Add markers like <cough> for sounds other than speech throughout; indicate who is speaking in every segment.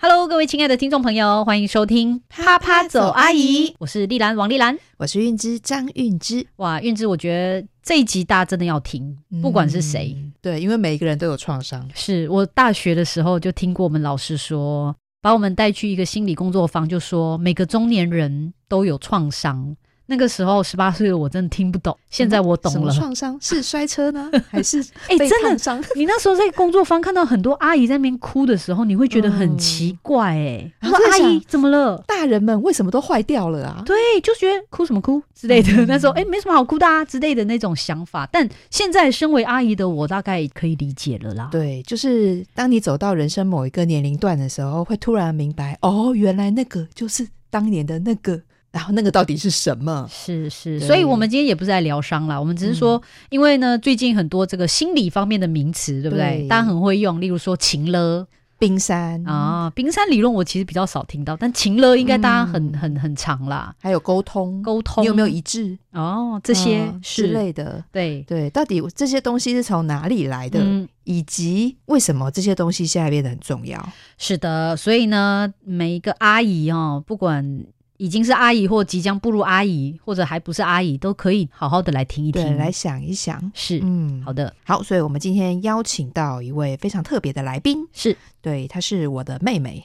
Speaker 1: Hello，各位亲爱的听众朋友，欢迎收听《啪啪走阿姨》，我是丽兰王丽兰。
Speaker 2: 我是韵之张韵之，
Speaker 1: 哇，韵之，我觉得这一集大家真的要听，不管是谁，
Speaker 2: 嗯对，因为每一个人都有创伤，
Speaker 1: 是我大学的时候就听过我们老师说，把我们带去一个心理工作坊，就说每个中年人都有创伤。那个时候十八岁的我真的听不懂，现在我懂
Speaker 2: 什么
Speaker 1: 了。
Speaker 2: 创伤是摔
Speaker 1: <laughs>
Speaker 2: 车呢，还是
Speaker 1: 哎、
Speaker 2: 被
Speaker 1: 真
Speaker 2: 烫
Speaker 1: 的，
Speaker 2: 伤？
Speaker 1: 你那时候在工作坊看到很多阿姨在那边哭的时候，你会觉得很奇怪哎、
Speaker 2: 嗯
Speaker 1: 我说
Speaker 2: 我在
Speaker 1: 阿
Speaker 2: 想
Speaker 1: 姨怎么了？
Speaker 2: 大人们为什么都坏掉了啊？
Speaker 1: 对，就觉得哭什么哭之类的。
Speaker 2: 嗯
Speaker 1: 那时候哎、没什么好哭的啊之类的那种想法。但现在身为阿姨的我，大概可以理解了啦。
Speaker 2: 对，就是当你走到人生某一个年龄段的时候，会突然明白，哦，原来那个就是当年的那个，然后那个到底是什么？
Speaker 1: 是是，
Speaker 2: 对嗯
Speaker 1: 所以我们今天也不是在疗伤啦，我们只是说，因为呢，最近很多这个心理方面的名词，对不对？
Speaker 2: 对嗯
Speaker 1: 大家很会用，例如说情勒
Speaker 2: 冰山，
Speaker 1: 啊，冰山理论我其实比较少听到，但情勒应该大家很、
Speaker 2: 嗯
Speaker 1: 很很常啦，
Speaker 2: 还有沟通，
Speaker 1: 沟通
Speaker 2: 你有没有一致？
Speaker 1: 哦这些、
Speaker 2: 嗯
Speaker 1: 是
Speaker 2: 之类的，
Speaker 1: 对
Speaker 2: 对，到底这些东西是从哪里来的？
Speaker 1: 嗯，
Speaker 2: 以及为什么这些东西现在变得很重要？
Speaker 1: 是的，所以呢，每一个阿姨哦，不管。已经是阿姨或即将步入阿姨，或者还不是阿姨，都可以好好的来听一
Speaker 2: 对，
Speaker 1: 听。
Speaker 2: 来想一想。
Speaker 1: 是、
Speaker 2: 嗯，
Speaker 1: 好的，
Speaker 2: 好，所以我们今天邀请到一位非常特别的来宾，
Speaker 1: 是
Speaker 2: 对，她是我的妹
Speaker 1: <laughs>
Speaker 2: 妹，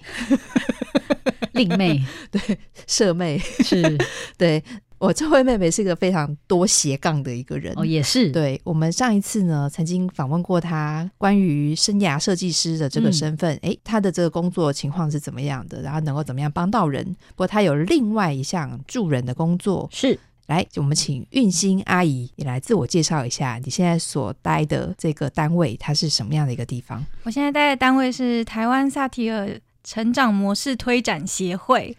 Speaker 1: 令
Speaker 2: <laughs>
Speaker 1: 妹，
Speaker 2: 舍妹。
Speaker 1: 是
Speaker 2: <laughs> 对我这位妹妹是一个非常多斜杠的一个人。
Speaker 1: 哦，也是
Speaker 2: 对我们上一次呢，曾经访问过她关于生涯设计师的这个
Speaker 1: 嗯
Speaker 2: 身份，诶，她的这个工作情况是怎么样的，然后能够怎么样帮到人。不过她有另外一项助人的工作，
Speaker 1: 是
Speaker 2: 来，我们请运心阿姨也来自我介绍一下，你现在所待的这个单位，它是什么样的一个地方？
Speaker 3: 我现在待的单位是台湾萨提尔成长模式推展协会。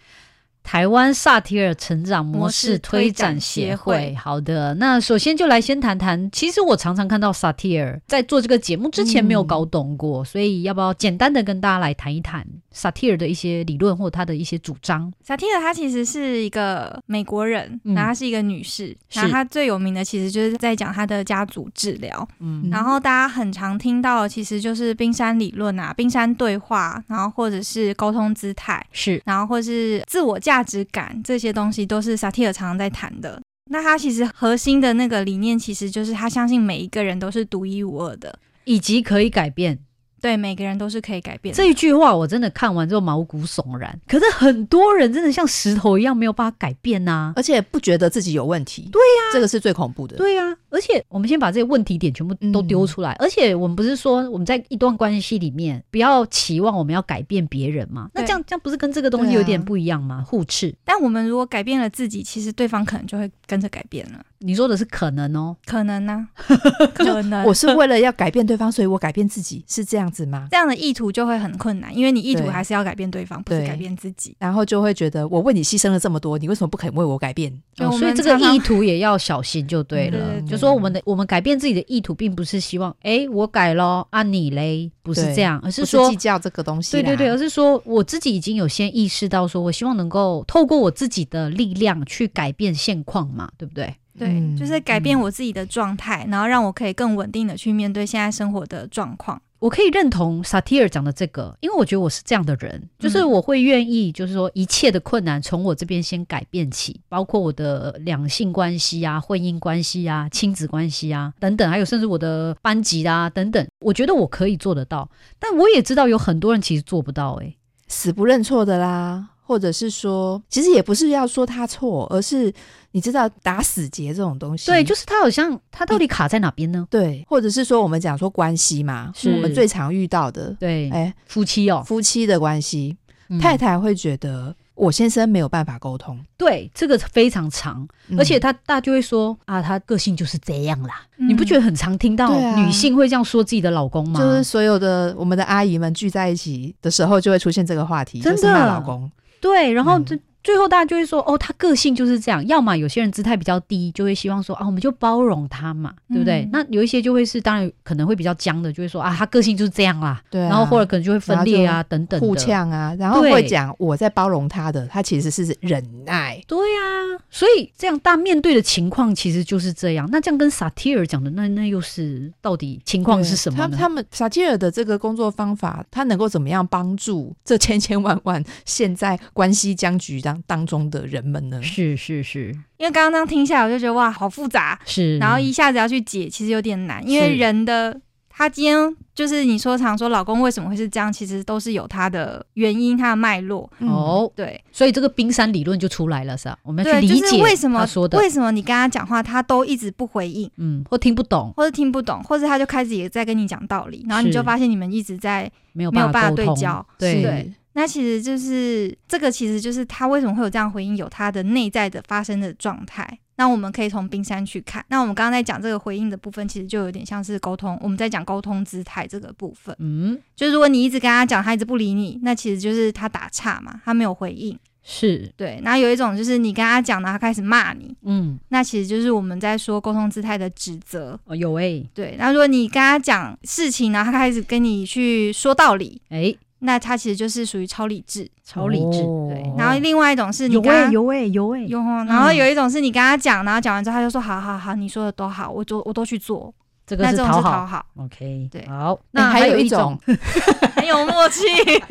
Speaker 1: 台湾萨提尔成长模式推展协
Speaker 3: 模式推
Speaker 1: 会。
Speaker 3: 展协会
Speaker 1: 好的，那首先就来先谈谈。其实我常常看到萨提尔在做这个节目之前
Speaker 2: 嗯
Speaker 1: 没有搞懂过，所以要不要简单的跟大家来谈一谈萨提尔的一些理论或他的一些主张？
Speaker 3: 萨提尔她其实是一个美国人，
Speaker 1: 嗯
Speaker 3: 然后她是一个女士，
Speaker 1: 是
Speaker 3: 然后她最有名的其实就是在讲她的家族治疗，
Speaker 1: 嗯
Speaker 3: 然后大家很常听到的其实就是冰山理论啊、冰山对话，然后或者是沟通姿态，
Speaker 1: 是
Speaker 3: 然后或是自我价值感这些东西，都是萨提尔常常在谈的。那他其实核心的那个理念，其实就是他相信每一个人都是独一无二的，
Speaker 1: 以及可以改变
Speaker 3: 对，每个人都是可以改变的。
Speaker 1: 这一句话，我真的看完之后毛骨悚然。可是很多人真的像石头一样没有办法改变啊呐、
Speaker 2: 而且不觉得自己有问题，对呀、这个是最恐怖的。
Speaker 1: 对呀、而且我们先把这些问题点全部都丢出来。而且我们不是说我们在一段关系里面不要期望我们要改变别人嘛？那
Speaker 3: 对
Speaker 1: 这样这样不是跟这个东西
Speaker 2: 对啊
Speaker 1: 有点不一样吗？互斥。
Speaker 3: 但我们如果改变了自己，其实对方可能就会跟着改变了，
Speaker 1: 你说的是可能哦，
Speaker 3: 可能 <laughs> 呢、可能
Speaker 2: 呃我是为了要改变对方，所以我改变自己，是这样子吗？
Speaker 3: 这样的意图就会很困难，因为你意图
Speaker 2: 对
Speaker 3: 还是要改变对方，不是
Speaker 2: 对
Speaker 3: 改变自己。
Speaker 2: 然后就会觉得我为你牺牲了这么多，你为什么不肯为我改变？
Speaker 3: 就
Speaker 1: 哦
Speaker 3: 我们
Speaker 1: 所以这个
Speaker 3: 常常
Speaker 1: 意图也要小心就对了。
Speaker 3: 对对对
Speaker 1: 就说我们的我们改变自己的意图，并不是希望诶我改咯，啊你嘞，不是
Speaker 2: 对
Speaker 1: 这样，而
Speaker 2: 不
Speaker 1: 是说
Speaker 2: 计较这个东西啦。
Speaker 1: 对对对，而是说我自己已经有先意识到，说我希望能够透过我自己的力量去改变现况嘛，对不对？
Speaker 3: 对，
Speaker 2: 嗯
Speaker 3: 就是改变我自己的状态，然后让我可以更稳定的去面对现在生活的状况。
Speaker 1: 我可以认同萨提尔讲的这个，因为我觉得我是这样的
Speaker 2: 嗯
Speaker 1: 人，就是我会愿意，就是说一切的困难从我这边先改变起，包括我的两性关系啊、婚姻关系啊、亲子关系啊等等，还有甚至我的班级啊等等，我觉得我可以做得到，但我也知道有很多人其实做不到、欸，
Speaker 2: 死不认错的啦，或者是说，其实也不是要说他错，而是你知道打死结这种东西，
Speaker 1: 对，就是他好像他到底卡在哪边呢？
Speaker 2: 对，或者是说我们讲说关系嘛，
Speaker 1: 是
Speaker 2: 我们最常遇到的，
Speaker 1: 对，
Speaker 2: 哎，
Speaker 1: 夫妻哦，
Speaker 2: 夫妻的关系，
Speaker 1: 嗯
Speaker 2: 太太会觉得我先生没有办法沟通，
Speaker 1: 对这个非常长，
Speaker 2: 嗯
Speaker 1: 而且他大家就会说啊，他个性就是这样啦。
Speaker 3: 嗯
Speaker 1: 你不觉得很常听到
Speaker 2: 对啊
Speaker 1: 女性会这样说自己的老公吗？
Speaker 2: 就是所有的我们的阿姨们聚在一起的时候，就会出现这个话题，
Speaker 1: 真的
Speaker 2: 就是骂老公，
Speaker 1: 对，然后
Speaker 2: 嗯
Speaker 1: 就。最后大家就会说，哦，他个性就是这样。要么有些人姿态比较低，就会希望说，啊，我们就包容他嘛，对不对？
Speaker 3: 嗯
Speaker 1: 那有一些就会是，当然可能会比较僵的，就会说，啊，他个性就是这样啦。
Speaker 2: 对啊
Speaker 1: 然后或者可能就会分裂啊，等等的
Speaker 2: 互。呛啊，然后
Speaker 1: 对
Speaker 2: 会讲我在包容他的，他其实是忍耐。
Speaker 1: 对啊，所以这样大家面对的情况其实就是这样。那这样跟萨提尔讲的那那又是到底情况是什么
Speaker 2: 他
Speaker 1: 呢？
Speaker 2: 他们撒切尔的这个工作方法，他能够怎么样帮助这千千万万现在关系僵局当当中的人们呢？
Speaker 1: 是是是
Speaker 3: 因为刚刚这样听下来，我就觉得哇，好复杂，
Speaker 1: 是，
Speaker 3: 然后一下子要去解，其实有点难，因为
Speaker 1: 是
Speaker 3: 人的他今天就是你说常说老公为什么会是这样，其实都是有他的原因，他的脉络。
Speaker 2: 嗯，
Speaker 1: 哦，
Speaker 3: 对
Speaker 1: 所以这个冰山理论就出来了，是吧？我们要
Speaker 3: 对，
Speaker 1: 去理
Speaker 3: 就是
Speaker 1: 解
Speaker 3: 为什么
Speaker 1: 他说的，
Speaker 3: 为什么你跟他讲话，他都一直不回应，
Speaker 1: 嗯，或听不懂，
Speaker 3: 或者听不懂，或者他就开始也在跟你讲道理，然后你
Speaker 1: 是
Speaker 3: 就发现你们一直在
Speaker 1: 没有
Speaker 3: 没有
Speaker 1: 法
Speaker 3: 办
Speaker 1: 沟
Speaker 3: 法对
Speaker 1: 通
Speaker 3: 焦
Speaker 1: 对
Speaker 3: 是
Speaker 2: 哎
Speaker 3: 那其实就是这个，其实就是他为什么会有这样回应，有他的内在的发生的状态。那我们可以从冰山去看。那我们刚刚在讲这个回应的部分，其实就有点像是沟通，我们在讲沟通姿态这个部分。
Speaker 1: 嗯，
Speaker 3: 就是如果你一直跟他讲，他一直不理你，那其实就是他打岔嘛，他没有回应。
Speaker 1: 是，
Speaker 3: 对，然后有一种就是你跟他讲了，他开始骂你，
Speaker 1: 嗯，
Speaker 3: 那其实就是我们在说沟通姿态的指责。
Speaker 1: 哦，有诶、
Speaker 3: 对，那如果你跟他讲事情，然后他开始跟你去说道理，
Speaker 1: 诶、
Speaker 3: 那他其实就是属于超理智。
Speaker 1: 哎超理智，
Speaker 2: 哦
Speaker 3: 对，然后另外一种是你
Speaker 1: 有
Speaker 3: 跟他
Speaker 1: 诶、有诶、有欸嗯诶、
Speaker 3: 有哦，然后有一种是你跟他讲，然后讲完之后他就说好好好，你说的都好，我都我都去做，
Speaker 1: 这个
Speaker 3: 那
Speaker 1: 是
Speaker 3: 这种
Speaker 1: 讨
Speaker 3: 是
Speaker 1: 好
Speaker 3: 讨好，
Speaker 1: ，OK，
Speaker 3: 对
Speaker 1: 好，
Speaker 2: 那
Speaker 1: 那
Speaker 2: 还
Speaker 1: 还
Speaker 2: 有
Speaker 1: 一嗯
Speaker 2: 一种，
Speaker 3: 很有默契。 <laughs>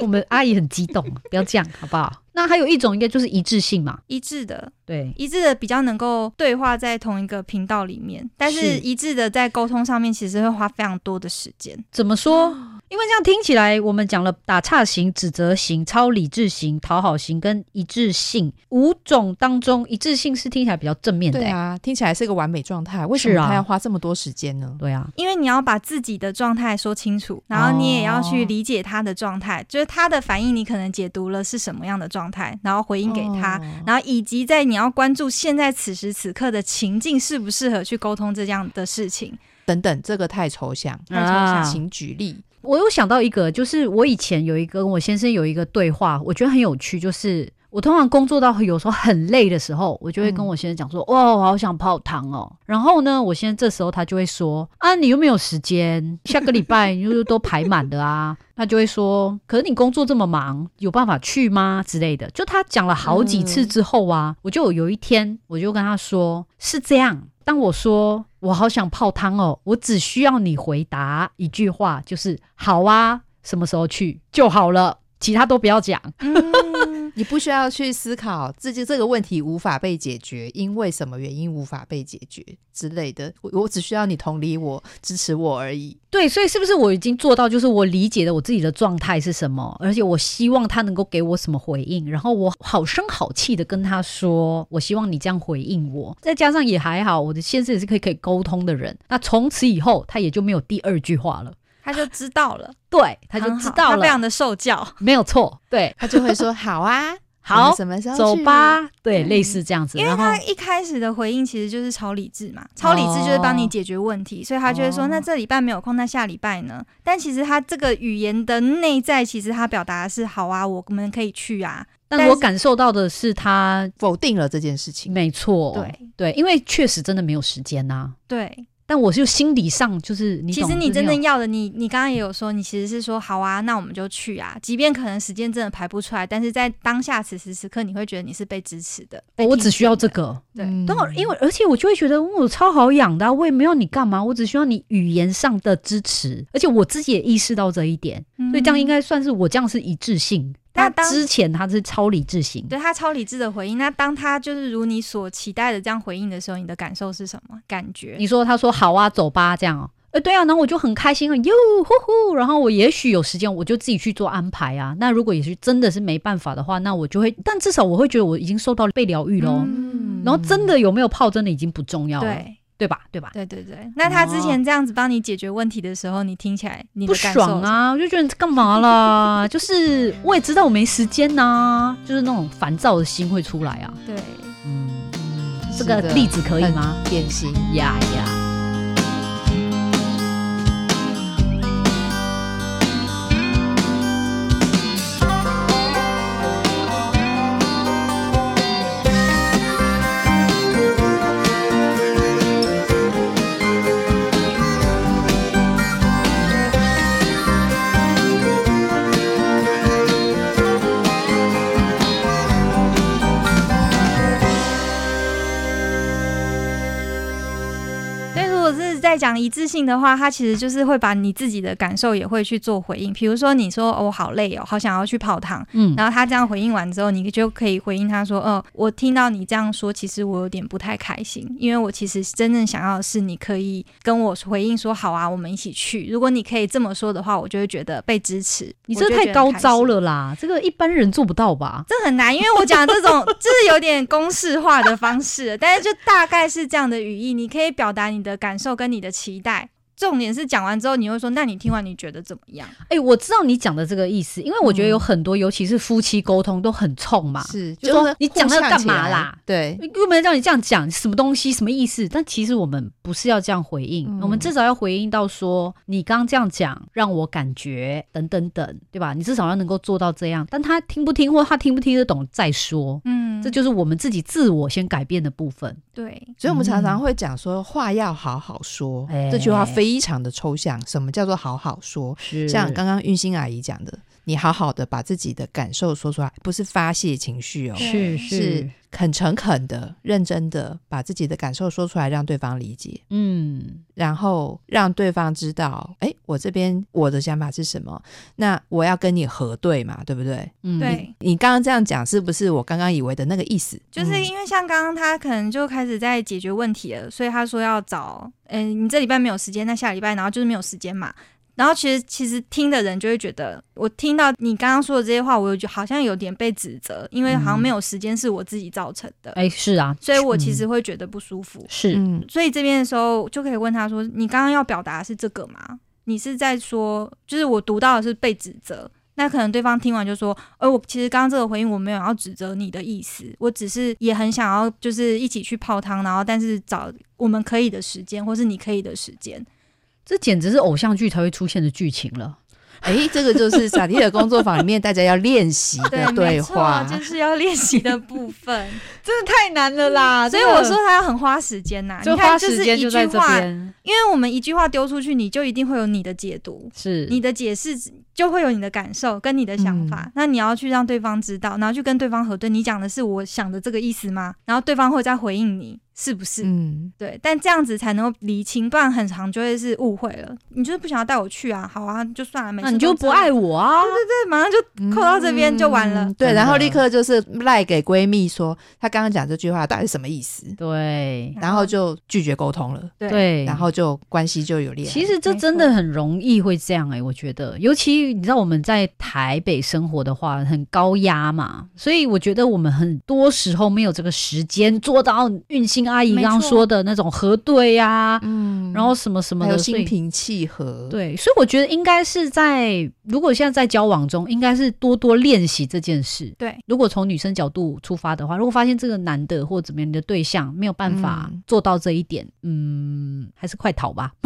Speaker 1: 我们阿姨很激动，不要这样，好不
Speaker 3: <laughs>
Speaker 1: 好？那还有一种应该就是一致性嘛，
Speaker 3: 一致的，
Speaker 1: 对，
Speaker 3: 一致的比较能够对话在同一个频道里面，但是
Speaker 1: 是
Speaker 3: 一致的在沟通上面其实会花非常多的时间。
Speaker 1: 怎么说？因为这样听起来，我们讲了打岔型、指责型、超理智型、讨好型跟一致性五种当中，一致性是听起来比较正面的、
Speaker 2: 对
Speaker 1: 欸。
Speaker 2: 啊，听起来是个完美状态，为什么
Speaker 1: 是啊
Speaker 2: 他要花这么多时间呢？
Speaker 1: 对啊，
Speaker 3: 因为你要把自己的状态说清楚，然后你也要去
Speaker 2: 哦
Speaker 3: 理解他的状态，就是他的反应，你可能解读了是什么样的状态，然后回应给他，
Speaker 2: 哦
Speaker 3: 然后以及在你要关注现在此时此刻的情境适不适合去沟通这样的事情。
Speaker 2: 等等，这个太抽象，
Speaker 3: 太抽象
Speaker 1: 啊
Speaker 2: 请举例。
Speaker 1: 我有想到一个，就是我以前有一个跟我先生有一个对话，我觉得很有趣，就是。我通常工作到有时候很累的时候，我就会跟我先生讲说：“哇，我好想泡汤哦。”然后呢，我先生这时候他就会说：“啊，你又没有时间，下个礼拜你就都排满的啊。”他就会说：“可是你工作这么忙，有办法去吗？”之类的。就他讲了好几次之后啊，我就有一天我就跟他说：“是这样。”当我说我好想泡汤哦，我只需要你回答一句话，就是“好啊”，什么时候去就好了，其他都不要讲。
Speaker 3: 嗯，
Speaker 2: 你不需要去思考自己这个问题无法被解决，因为什么原因无法被解决之类的。我我只需要你同理我、支持我而已。
Speaker 1: 对，所以是不是我已经做到，就是我理解的我自己的状态是什么，而且我希望他能够给我什么回应，然后我好声好气的跟他说，我希望你这样回应我。再加上也还好，我的先生也是可以可以沟通的人，那从此以后他也就没有第二句话了，
Speaker 3: 他就知道了，
Speaker 1: 对， <laughs> 他就
Speaker 3: 很
Speaker 1: 知
Speaker 3: 好
Speaker 1: 道
Speaker 3: 他非
Speaker 1: 了，
Speaker 3: 常的
Speaker 1: <laughs>
Speaker 3: 受教。
Speaker 1: 没有错，对，
Speaker 2: 他就会说：“好啊，我
Speaker 1: <laughs> 好
Speaker 2: 们。什么时候
Speaker 1: 走
Speaker 2: 去？
Speaker 1: 吧，对，
Speaker 2: 嗯
Speaker 1: 类似这样子。
Speaker 3: 因为
Speaker 1: 然后
Speaker 3: 他一开始的回应其实就是超理智嘛，超理智就是帮
Speaker 1: 哦
Speaker 3: 你解决问题，所以他就会说、
Speaker 2: 哦
Speaker 3: 那这礼拜没有空，那下礼拜呢？但其实他这个语言的内在，其实他表达的是好啊，我们可以去啊，但
Speaker 1: 但
Speaker 3: 是
Speaker 1: 我感受到的是他，
Speaker 2: 否定了这件事情。
Speaker 1: 没错，
Speaker 3: 对
Speaker 1: 对，因为确实真的没有时间呐、
Speaker 3: 对。
Speaker 1: 但我就心理上就是你
Speaker 3: 其
Speaker 1: 懂，
Speaker 3: 实你
Speaker 1: 就是
Speaker 3: 真
Speaker 1: 那
Speaker 3: 的
Speaker 1: 种
Speaker 3: 要的，你你刚刚也有说，你其实是说好啊，那我们就去啊，即便可能时间真的排不出来，但是在当下此时此刻，你会觉得你是被支持的。被
Speaker 1: 哦我
Speaker 3: 听
Speaker 1: 只需要这
Speaker 3: 见的。
Speaker 1: 个。
Speaker 3: 对
Speaker 2: 嗯
Speaker 1: 当然，因为而且我就会觉得嗯我超好养的啊、我也没有你干嘛，我只需要你语言上的支持，而且我自己也意识到这一点，所以这样应
Speaker 3: 嗯
Speaker 1: 该算是我这样是一致性。
Speaker 3: 那
Speaker 1: 那
Speaker 3: 当
Speaker 1: 之前他是超理智型，
Speaker 3: 对他超理智的回应。那当他就是如你所期待的这样回应的时候，你的感受是什么感觉？
Speaker 1: 你说他说好啊，走吧，这样哦。呃，对啊，然后我就很开心啊，哟呼呼，然后我也许有时间，我就自己去做安排啊。那如果也是真的是没办法的话，那我就会，但至少我会觉得我已经受到被疗愈咯。
Speaker 3: 嗯
Speaker 1: 然后真的有没有泡，真的已经不重要了，
Speaker 3: 对
Speaker 1: 对吧？对吧？
Speaker 3: 对对对。那他之前这样子帮你解决问题的时候，你听起来你
Speaker 1: 哦不
Speaker 3: 的感受
Speaker 1: 爽啊，我就觉得你干嘛啦？ <laughs> 就是我也知道我没时间呐、就是那种烦躁的心会出来啊。
Speaker 3: 是什么？对。
Speaker 1: 嗯，
Speaker 2: 嗯
Speaker 1: 这个
Speaker 2: 是的
Speaker 1: 例子可以吗？
Speaker 2: 典型。
Speaker 1: 呀呀，
Speaker 3: 是在讲一致性的话，它其实就是会把你自己的感受也会去做回应。比如说你说哦，我好累哦，好想要去泡汤，
Speaker 1: 嗯，
Speaker 3: 然后他这样回应完之后，你就可以回应他说：“哦，我听到你这样说，其实我有点不太开心，因为我其实真正想要的是，你可以跟我回应说好啊，我们一起去。如果你可以这么说的话，我就会觉得被支持。
Speaker 1: 你
Speaker 3: 我
Speaker 1: 这
Speaker 3: 就
Speaker 1: 太
Speaker 3: 觉得
Speaker 1: 高
Speaker 3: 很开
Speaker 1: 招
Speaker 3: 心，
Speaker 1: 了啦，这个一般人做不到吧？
Speaker 3: 这很难，因为我讲的这种就是有点公式化的方式，但是就大概是这样的语义，你可以表达你的感受跟你的期待。”重点是讲完之后，你会说：“那你听完你觉得怎么样
Speaker 1: 哎、我知道你讲的这个意思，因为我觉得有
Speaker 2: 嗯
Speaker 1: 很多，尤其是夫妻沟通都很冲嘛，
Speaker 2: 是，
Speaker 1: 啊就说你讲那个干嘛啦？
Speaker 2: 对，
Speaker 1: 又没有让你这样讲，什么东西，什么意思？但其实我们不是要这样回应，
Speaker 2: 嗯
Speaker 1: 我们至少要回应到说，你刚刚这样讲，让我感觉等等等，对吧？你至少要能够做到这样，但他听不听或他听不听得懂再说，？”
Speaker 3: 嗯，
Speaker 1: 这就是我们自己自我先改变的部分。
Speaker 3: 对。
Speaker 2: 所以我们常常会讲说话要好好说，
Speaker 1: 嗯哎
Speaker 2: 这句话非常的抽象。什么叫做好好说？
Speaker 1: 是
Speaker 2: 像刚刚运心阿姨讲的，你好好的把自己的感受说出来，不是发泄情绪哦，
Speaker 1: 是
Speaker 3: 对
Speaker 1: 是，
Speaker 2: 很诚恳的、认真的把自己的感受说出来，让对方理解。
Speaker 1: 嗯，
Speaker 2: 然后让对方知道，哎，我这边我的想法是什么，那我要跟你核对嘛，对不对？
Speaker 1: 嗯
Speaker 3: 对
Speaker 2: 你刚刚这样讲是不是我刚刚以为的那个意思？嗯
Speaker 1: 嗯
Speaker 3: 就是因为像刚刚他可能就开始在解决问题了，所以他说要找，嗯、你这礼拜没有时间，那下礼拜然后就是没有时间嘛。然后其实其实听的人就会觉得，我听到你刚刚说的这些话，我有觉好像有点被指责，因为好像没有时间是我自己造成的，
Speaker 1: 嗯哎、是啊，
Speaker 3: 所以我
Speaker 1: 嗯
Speaker 3: 其实会觉得不舒服。
Speaker 1: 是、
Speaker 2: 嗯，
Speaker 3: 所以这边的时候就可以问他说：“你刚刚要表达的是这个吗？你是在说，就是我读到的是被指责，那可能对方听完就说：‘呃，我其实刚刚这个回应我没有要指责你的意思，我只是也很想要就是一起去泡汤，然后但是找我们可以的时间，或是你可以的时间。
Speaker 1: 这简直是偶像剧才会出现的剧情了。
Speaker 2: 哎，这个就是萨提尔工作坊里面大家要练习
Speaker 3: <laughs>
Speaker 2: 的
Speaker 3: 没错
Speaker 2: 话，，
Speaker 3: 就是要练习的部 <laughs> 分。
Speaker 1: 真啊的太难了啦
Speaker 3: 所以我说他要很花时间呐、
Speaker 1: 就
Speaker 3: 你看
Speaker 1: 花
Speaker 3: 就是
Speaker 1: 时间
Speaker 3: 一
Speaker 1: 就
Speaker 3: 句
Speaker 1: 在这
Speaker 3: 话，
Speaker 1: 边，
Speaker 3: 因为我们一句话丢出去，你就一定会有你的解读。
Speaker 1: 是
Speaker 3: 你的解释就会有你的感受跟你的想法，
Speaker 1: 嗯
Speaker 3: 那你要去让对方知道，然后去跟对方核对，你讲的是我想的这个意思吗？然后对方会再回应你是不是？
Speaker 2: 嗯，
Speaker 3: 对，但这样子才能够理清，不然很长就会是误会了。你就是不想要带我去啊，好啊，就算了，没
Speaker 1: 那你就不爱
Speaker 3: 我，
Speaker 1: 我啊？
Speaker 3: 对，马上就扣到这边就完了。
Speaker 2: 嗯
Speaker 1: 嗯真
Speaker 2: 对，
Speaker 1: 的
Speaker 2: 然后立刻就是赖给闺蜜说，她刚刚讲这句话到底什么意思，
Speaker 1: 对
Speaker 2: 然后就拒绝沟通了，
Speaker 3: 对
Speaker 1: 嗯对，
Speaker 2: 然后就关系就有裂痕。
Speaker 1: 其实这真的很容易会这样哎、我觉得，尤其你知道我们在台北生活的话，很高压嘛，所以我觉得我们很多时候没有这个时间做到运心阿姨刚刚
Speaker 3: 没错
Speaker 1: 说的那种核对呀、
Speaker 2: 嗯
Speaker 1: 然后什么什么
Speaker 2: 还有
Speaker 1: 的，所
Speaker 2: 心
Speaker 1: 以
Speaker 2: 平气和，，
Speaker 1: 对，所以我觉得应该是在如果现在在交往中，应该是多多练习这件事。
Speaker 3: 对
Speaker 1: 如果从女生角度出发的话，如果发现这个男的或怎么样你的对象没有办法
Speaker 2: 嗯
Speaker 1: 做到这一点，嗯还是快逃吧， <laughs>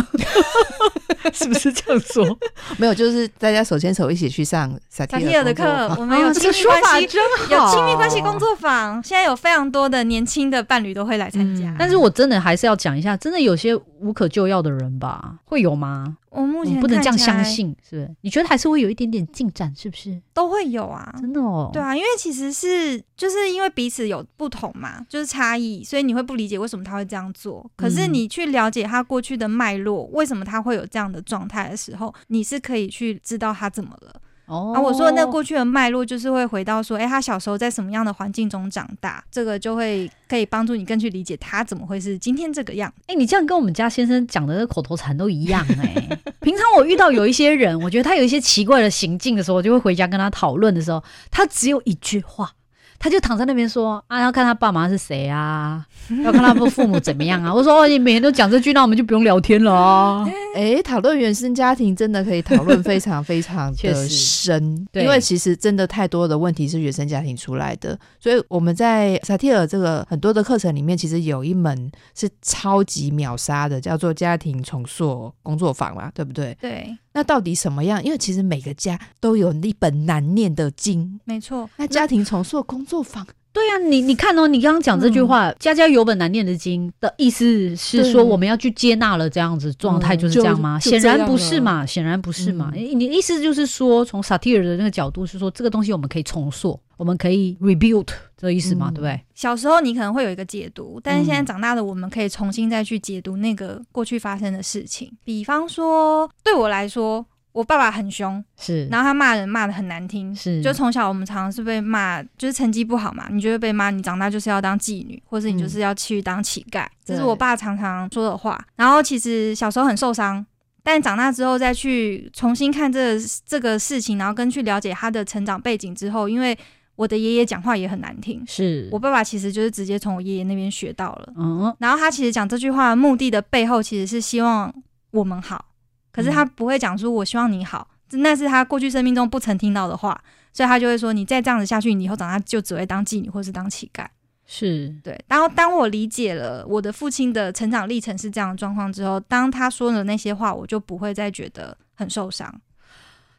Speaker 1: 是不是这样
Speaker 3: <laughs>
Speaker 1: 说？
Speaker 2: 没有，就是大家手牵手一起去上萨
Speaker 3: 萨
Speaker 2: 提
Speaker 3: 提尔的
Speaker 2: 工作
Speaker 3: 课
Speaker 2: 坊，
Speaker 3: 我们有
Speaker 1: 啊这
Speaker 3: 亲
Speaker 1: 个
Speaker 3: 密
Speaker 1: 说
Speaker 3: 关
Speaker 1: 法
Speaker 3: 系，啊
Speaker 1: 真好，
Speaker 3: 有亲密关系工。作坊，现在有非常多的年轻的伴侣都会来参加。
Speaker 2: 嗯
Speaker 1: 但是我真的还是要讲一下，真的有些无可救药的人吧，会有吗？
Speaker 3: 我目
Speaker 1: 我
Speaker 3: 前
Speaker 1: 们不能
Speaker 3: 看
Speaker 1: 这样
Speaker 3: 起来
Speaker 1: 相信，是不是？你觉得还是会有一点点进展，是不是？
Speaker 3: 都会有啊，
Speaker 1: 真的哦，
Speaker 3: 对啊，因为其实是就是因为彼此有不同嘛，就是差异，所以你会不理解为什么他会这样做。可是
Speaker 1: 嗯
Speaker 3: 你去了解他过去的脉络，为什么他会有这样的状态的时候，你是可以去知道他怎么了。
Speaker 1: 哦，
Speaker 3: 啊，我说的那过去的脉络，就是会回到说，诶，他小时候在什么样的环境中长大，这个就会可以帮助你更去理解他怎么会是今天这个样。
Speaker 1: 哎、你这样跟我们家先生讲的那口头禅都一样哎、平常我遇到有一些人，我觉得他有一些奇怪的行径的时候，我就会回家跟他讨论的时候，他只有一句话，他就躺在那边说啊，要看他爸妈是谁啊，要看他父父母怎么样啊。我说哦，你每天都讲这句，那我们就不用聊天了啊。
Speaker 2: 哎，讨论原生家庭真的可以讨论
Speaker 1: <laughs>
Speaker 2: 非常非常
Speaker 1: 确
Speaker 2: 的
Speaker 1: 实
Speaker 2: 深，
Speaker 1: 对
Speaker 2: 因为其实真的太多的问题是原生家庭出来的，所以我们在萨提尔这个很多的课程里面，其实有一门是超级秒杀的，叫做家庭重塑工作坊嘛，对不对？
Speaker 3: 对，
Speaker 2: 那到底什么样？因为其实每个家都有一本难念的经，
Speaker 3: 没错，
Speaker 2: 那家庭重塑工作坊
Speaker 1: 对呀、你你看哦，你刚刚讲这
Speaker 2: 嗯
Speaker 1: 句话“家家有本难念的经”的意思是
Speaker 2: 对
Speaker 1: 说我们要去接纳了这样子状态，
Speaker 2: 嗯
Speaker 1: 就是这样吗？
Speaker 2: 就
Speaker 1: 显然不
Speaker 2: 就这
Speaker 1: 是
Speaker 2: 样
Speaker 1: 嘛，显然不是嘛。
Speaker 2: 嗯
Speaker 1: 你你的意思就是说，从萨提尔的那个角度是说，这个东西我们可以重塑，我们可以 rebuild 这意思嘛，对
Speaker 2: 嗯
Speaker 1: 不对？
Speaker 3: 小时候你可能会有一个解读，但是现在
Speaker 2: 嗯
Speaker 3: 长大的我们可以重新再去解读那个过去发生的事情。比方说，对我来说，我爸爸很
Speaker 2: 嗯
Speaker 3: 凶，
Speaker 1: 是，
Speaker 3: 然后他骂人骂的很难听，
Speaker 1: 是
Speaker 3: 就从小我们常常是被骂，就是成绩不好嘛，你就会被骂，你长大就是要当妓女，或是你就是要去当乞丐，这
Speaker 2: 嗯
Speaker 3: 是
Speaker 2: 对
Speaker 3: 我爸常常说的话。然后其实小时候很受伤，但长大之后再去重新看这个这个事情，然后跟去了解他的成长背景之后，因为我的爷爷讲话也很难听，
Speaker 1: 是
Speaker 3: 我爸爸其实就是直接从我爷爷那边学到了。
Speaker 1: 嗯
Speaker 3: 然后他其实讲这句话的目的的背后，其实是希望我们好，可是他不会讲出“我希望你好”，那是他过去生命中不曾听到的话，所以他就会说：“你再这样子下去，你以后长大就只会当妓女或是当乞丐。
Speaker 1: 是”
Speaker 3: 对。然后当我理解了我的父亲的成长历程是这样的状况之后，当他说了那些话，我就不会再觉得很受伤。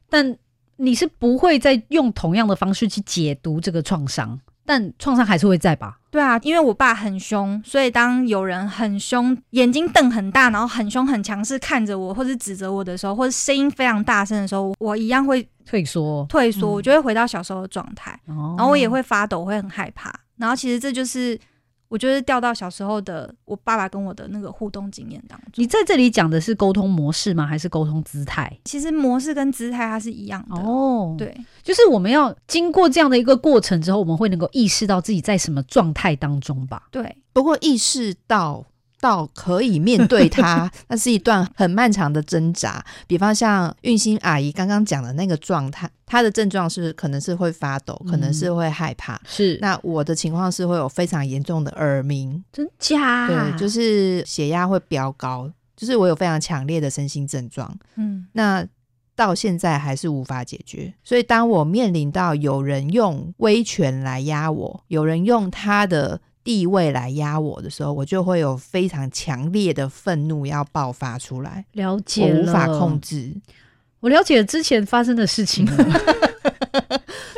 Speaker 1: 但你是不会再用同样的方式去解读这个创伤，但创伤还是会在吧？
Speaker 3: 对啊，因为我爸很凶，所以当有人很凶，眼睛瞪很大，然后很凶很强势看着我，或是指责我的时候，或者声音非常大声的时候，我一样会
Speaker 1: 退缩，
Speaker 3: 退缩，
Speaker 2: 嗯
Speaker 3: 我就会回到小时候的状态，
Speaker 1: 然后
Speaker 3: 然后我也会发抖，我会很害怕。然后其实这就是我就是掉到小时候的我爸爸跟我的那个互动经验当中。
Speaker 1: 你在这里讲的是沟通模式吗？还是沟通姿态？
Speaker 3: 其实模式跟姿态它是一样的，
Speaker 1: 哦，，
Speaker 3: 对
Speaker 1: 就是我们要经过这样的一个过程之后，我们会能够意识到自己在什么状态当中吧？
Speaker 3: 对，
Speaker 2: 不过意识到到可以面对它，那是一段很漫长的挣扎。比方像运心阿姨刚刚讲的那个状态，她的症状是可能是会发抖，可能是会害怕。
Speaker 1: 是
Speaker 2: 那我的情况是会有非常严重的耳鸣，
Speaker 1: 真假？
Speaker 2: 对，就是血压会飙高，就是我有非常强烈的身心症状。
Speaker 3: 嗯，
Speaker 2: 那到现在还是无法解决。所以，当我面临到有人用威权来压我，有人用他的地位来压我的时候，我就会有非常强烈的愤怒要爆发出来，
Speaker 1: 了
Speaker 2: 我
Speaker 1: 解了，
Speaker 2: 无法控，制。嗯
Speaker 1: 我了解之前发生的事情了。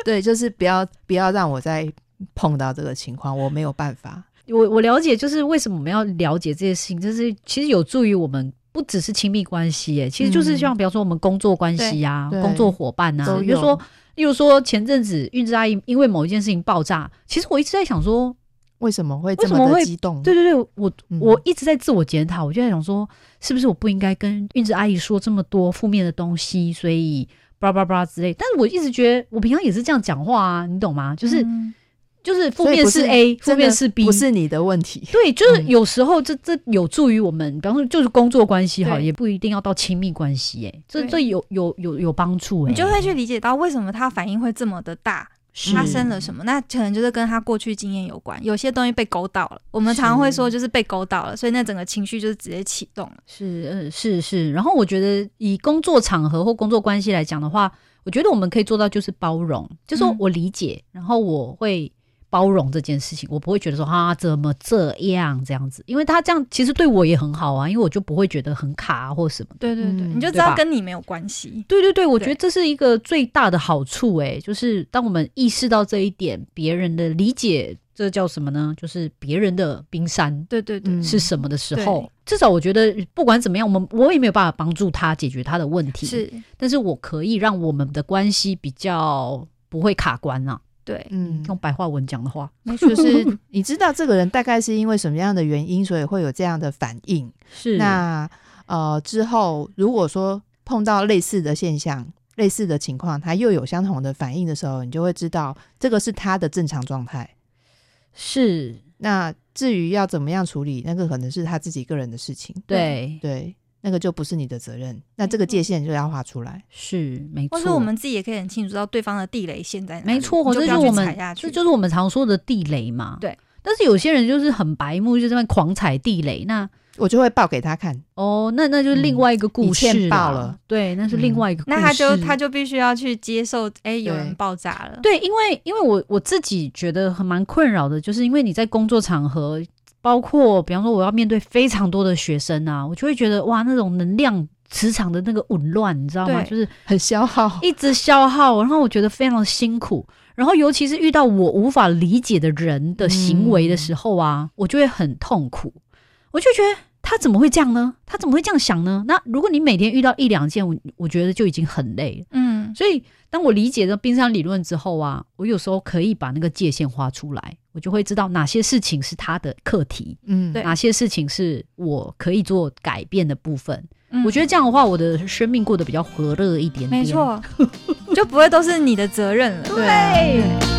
Speaker 2: 对，就是不要不要让我再碰到这个情况，我没有办法。
Speaker 1: <laughs> 我我了解，就是为什么我们要了解这些事情，就是其实有助于我们。不只是亲密关系，耶，其实就是
Speaker 2: 嗯
Speaker 1: 像比方说我们工作关系呀、
Speaker 2: 对对
Speaker 1: 工作伙伴呐、
Speaker 2: 都
Speaker 1: 比如
Speaker 2: 有
Speaker 1: 说，例如说前阵子运之阿姨因为某一件事情爆炸，其实我一直在想说，
Speaker 2: 为什么会
Speaker 1: 为
Speaker 2: 这
Speaker 1: 什么
Speaker 2: 么的
Speaker 1: 会
Speaker 2: 激动？
Speaker 1: 对对对，我
Speaker 2: 嗯
Speaker 1: 我一直在自我检讨，我就在想说，是不是我不应该跟韵子阿姨说这么多负面的东西，所以叭叭叭之类。但是我一直觉得，我平常也是这样讲话啊，你懂吗？就是、
Speaker 3: 嗯
Speaker 1: 就是负
Speaker 2: 所以
Speaker 1: 面
Speaker 2: 不
Speaker 1: 是
Speaker 2: 是
Speaker 1: A，负
Speaker 2: 真的
Speaker 1: 面是 B，
Speaker 2: 不是嗯你的问题。
Speaker 1: 对，就是
Speaker 2: 嗯
Speaker 1: 有时候这这有助于我们，比方说就是工作关系哈，
Speaker 3: 对
Speaker 1: 也不一定要到亲密关系、欸，这
Speaker 3: 对
Speaker 1: 这有有有有帮助、欸，
Speaker 3: 你就会去理解到为什么他反应会这么的大，
Speaker 1: 是
Speaker 3: 发生了什么？那可能就是跟他过去经验有关，有些东西被勾到了。我们常常会说，就是被勾到了，所以那整个情绪就是直接启动了。
Speaker 1: 是，嗯，是是。然后我觉得以工作场合或工作关系来讲的话，我觉得我们可以做到就是包容，就说
Speaker 3: 嗯
Speaker 1: 我理解，然后我会包容这件事情，我不会觉得说啊怎么这样这样子，因为他这样其实对我也很好啊，因为我就不会觉得很卡、啊或什么的。
Speaker 3: 对对对，
Speaker 2: 嗯
Speaker 3: 你就知
Speaker 1: 对
Speaker 3: 道
Speaker 1: 吧
Speaker 3: 跟你没有关系。
Speaker 1: 对对对，我觉得
Speaker 3: 对
Speaker 1: 这是一个最大的好处、诶，就是当我们意识到这一点，别人的理解，这叫什么呢？就是别人的冰山，
Speaker 3: 对对对，
Speaker 2: 嗯
Speaker 1: 是什么的时候
Speaker 3: 对，
Speaker 1: 至少我觉得不管怎么样，我们我也没有办法帮助他解决他的问题，，
Speaker 3: 是，
Speaker 1: 但是我可以让我们的关系比较不会卡关啊。
Speaker 3: 对，
Speaker 2: 嗯，
Speaker 1: 用白话文讲的话，
Speaker 2: 就是你知道这个人大概是因为什么样的原因，所以会有这样的反应。
Speaker 1: <laughs> 是
Speaker 2: 那呃，之后如果说碰到类似的现象、类似的情况，他又有相同的反应的时候，你就会知道这个是他的正常状态。
Speaker 1: 是
Speaker 2: 那至于要怎么样处理，那个可能是他自己个人的事情，
Speaker 1: 对，
Speaker 2: 对，嗯那个就不是你的责任。那这个
Speaker 3: 没错
Speaker 2: 界限就要画出来。
Speaker 1: 是没错。
Speaker 3: 或是我们自己也可以很清楚知道对方的地雷现在哪里，
Speaker 1: 没错，
Speaker 3: 你
Speaker 1: 这
Speaker 3: 就不
Speaker 1: 是
Speaker 3: 要
Speaker 1: 我
Speaker 3: 去
Speaker 1: 们
Speaker 3: 踩下去。
Speaker 1: 这就是我们常说的地雷嘛。
Speaker 3: 对，
Speaker 1: 但是有些人就是很白目，就在那边狂踩地雷。那
Speaker 2: 我就会报给他看，
Speaker 1: 哦，那那就是另外一个故
Speaker 2: 嗯你
Speaker 1: 事
Speaker 2: 欠爆
Speaker 1: 啦
Speaker 2: 了。
Speaker 1: 对，那是另
Speaker 2: 嗯
Speaker 1: 外一个故事。
Speaker 3: 那他就他就必须要去接受，哎、有
Speaker 2: 对
Speaker 3: 人爆炸了。
Speaker 1: 对，因为因为我我自己觉得很蛮困扰的，就是因为你在工作场合，包括比方说我要面对非常多的学生啊，我就会觉得哇，那种能量磁场的那个紊乱，你知道吗？
Speaker 3: 对
Speaker 1: 就是
Speaker 2: 很消耗。
Speaker 1: 一直消耗，然后我觉得非常辛苦。然后尤其是遇到我无法理解的人的行为的时候啊，我就会很痛苦，我就觉得。他怎么会这样呢？他怎么会这样想呢？那如果你每天遇到一两件，我我觉得就已经很累了。
Speaker 3: 嗯，
Speaker 1: 所以当我理解了冰山理论之后啊，我有时候可以把那个界限画出来，我就会知道哪些事情是他的课题，
Speaker 2: <laughs> 嗯，
Speaker 3: 对
Speaker 1: 哪些事情是我可以做改变的部分。
Speaker 3: 嗯
Speaker 1: 我觉得这样的话，我的生命过得比较和乐一点点。
Speaker 3: 没，错，就不会都是你的责任了。
Speaker 2: 对啊
Speaker 1: 对。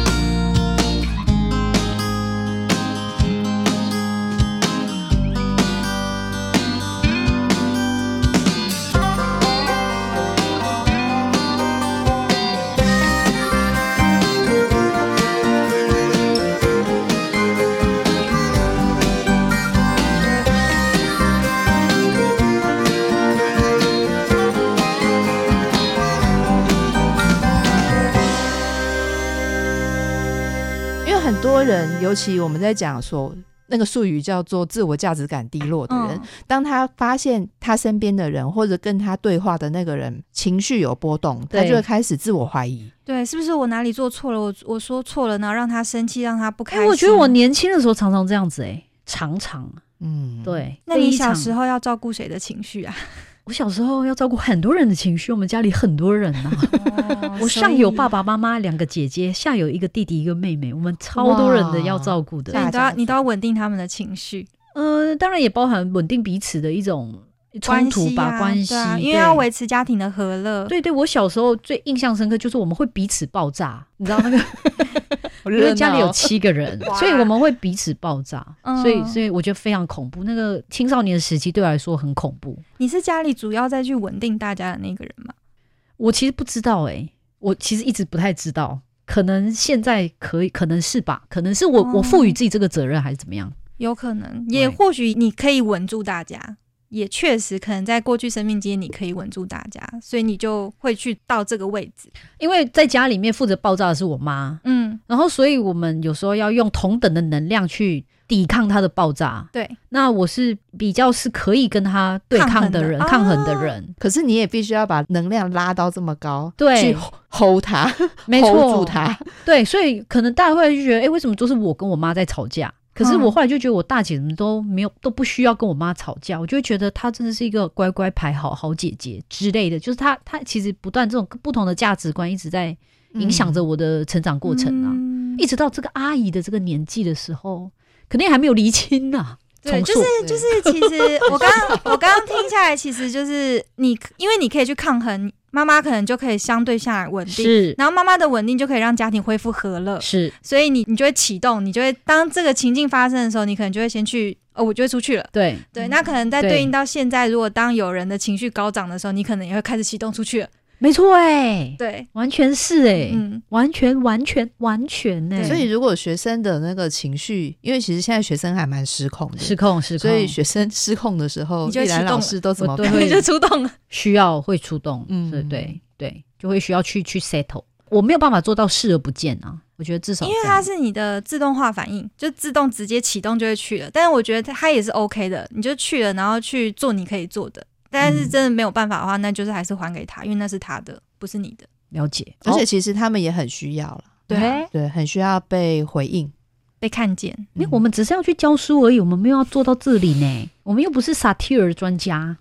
Speaker 2: 因为很多人，尤其我们在讲说那个术语叫做自我价值感低落的人，
Speaker 3: 嗯，
Speaker 2: 当他发现他身边的人或者跟他对话的那个人情绪有波动，他
Speaker 1: 对
Speaker 2: 就会开始自我怀疑。
Speaker 3: 对，是不是我哪里做错了？我我说错了，然后让他生气，让他不开
Speaker 1: 哎、
Speaker 3: 心。
Speaker 1: 我觉得我年轻的时候常常这样子、哎，常常
Speaker 2: 嗯，，
Speaker 1: 对。
Speaker 3: 那你小
Speaker 1: 候？
Speaker 3: 时候要照顾谁的情绪啊？
Speaker 1: 我小时候要照顾很多人的情绪，我们家里很多人
Speaker 3: <laughs>
Speaker 1: 呐、我上有爸
Speaker 3: 爸，
Speaker 1: 爸妈妈两个姐姐，下有一个弟弟一个妹妹，我们超多人的
Speaker 2: 哇
Speaker 1: 要照顾
Speaker 3: 所以
Speaker 1: 的。
Speaker 3: 你都要你都要稳定他们的情绪
Speaker 1: 呃，当然也包含稳定彼此的一种冲突吧，关系、
Speaker 3: 对啊因为
Speaker 1: 对
Speaker 3: 要维持家庭的和乐。
Speaker 1: 对对，我小时候最印象深刻就是我们会彼此爆炸，你知道
Speaker 3: <laughs>
Speaker 1: 那个，因为家里有七个人，
Speaker 3: 哦哇
Speaker 1: 所以我们会彼此爆炸，
Speaker 3: 嗯
Speaker 1: 所以所以我觉得非常恐怖。那个青少年时期对我来说很恐怖，
Speaker 3: 你是家里主要再去稳定大家的那个人吗？
Speaker 1: 我其实不知道哎、我其实一直不太知道，可能现在可以，可能是吧，可能是我、我赋
Speaker 3: 哦
Speaker 1: 予自己这个责任还是怎么样？
Speaker 3: 有可能，
Speaker 1: 对
Speaker 3: 也或许你可以稳住大家，也确实可能在过去生命经验你可以稳住大家，所以你就会去到这个位置。
Speaker 1: 因为在家里面负责爆炸的是我妈，
Speaker 3: 嗯，
Speaker 1: 然后所以我们有时候要用同等的能量去抵抗她的爆炸。
Speaker 3: 对，
Speaker 1: 那我是比较是可以跟她对抗的人，抗
Speaker 3: 抗
Speaker 1: 衡
Speaker 3: 衡
Speaker 1: 的
Speaker 3: 的
Speaker 1: 人，
Speaker 2: 可是你也必须要把能量拉到这么高，
Speaker 1: 对
Speaker 2: 去 hold 他
Speaker 1: 没
Speaker 2: ，hold 住
Speaker 1: 错，
Speaker 2: 他。
Speaker 1: 对，所以可能大家会觉得，哎、为什么都是我跟我妈在吵
Speaker 2: 嗯
Speaker 1: 架？可是我后来就觉得，我大姐们都没有都不需要跟我妈吵架，我就会觉得她真的是一个乖乖牌、好好姐姐之类的。就是她，她其实不断这种不同的价值观一直在 <laughs> 影响
Speaker 2: 嗯
Speaker 1: 着我的成长过程啊，
Speaker 3: 嗯
Speaker 1: 一直到这个阿姨的这个年纪的时候，肯定还没有厘清啊呐、
Speaker 3: 对，
Speaker 1: 重
Speaker 3: 就
Speaker 1: 塑
Speaker 3: 是
Speaker 2: 嗯
Speaker 3: 就是，其 <laughs> 实我刚我刚刚听下来，其实就是你，因为你可以去抗衡妈妈，可能就可以相对下来稳定，
Speaker 1: 是
Speaker 3: 然后妈妈的稳定就可以让家庭恢复和乐，
Speaker 1: 是，
Speaker 3: 所以你你就会启动，你就会当这个情境发生的时候，你可能就会先去，哦，我就会出去了。
Speaker 1: 对
Speaker 3: 对，那可能在嗯对
Speaker 1: 对
Speaker 3: 应到现在，如果当有人的情绪高涨的时候，你可能也会开始启动出去了。
Speaker 1: 没错哎、
Speaker 3: 对，
Speaker 1: 完全是哎、
Speaker 3: 嗯，
Speaker 1: 完全完全完全哎、
Speaker 2: 所以如果学生的那个情绪，因为其实现在学生还蛮失控的，
Speaker 1: 失控失控，
Speaker 2: 所以学生失控的时候，
Speaker 3: 你就会
Speaker 2: 一兰
Speaker 3: 启动
Speaker 2: 老师都怎么
Speaker 1: 我对
Speaker 2: 办？
Speaker 1: 会
Speaker 3: 你就出动了。
Speaker 1: <laughs> 需要会触动，嗯，
Speaker 2: 嗯
Speaker 1: 对对对，就会需要去去 settle。我没有办法做到视而不见啊，我觉得至少
Speaker 3: 因为
Speaker 1: 这样
Speaker 3: 它是你的自动化反应，就自动直接启动就会去了。但是我觉得它也是 OK 的，你就去了，然后去做你可以做的。但是真的没有办法的话，那就是还是还给他，因为那是他的，不是你的。
Speaker 1: 了解，
Speaker 2: 而且
Speaker 1: 哦
Speaker 2: 其实他们也很需要了，
Speaker 3: 对啊
Speaker 2: 对，很需要被回应。
Speaker 3: 被看见，
Speaker 1: 因为我们只是要去教书而已，我们没有要做到这里呢，我们又不是萨提尔专家，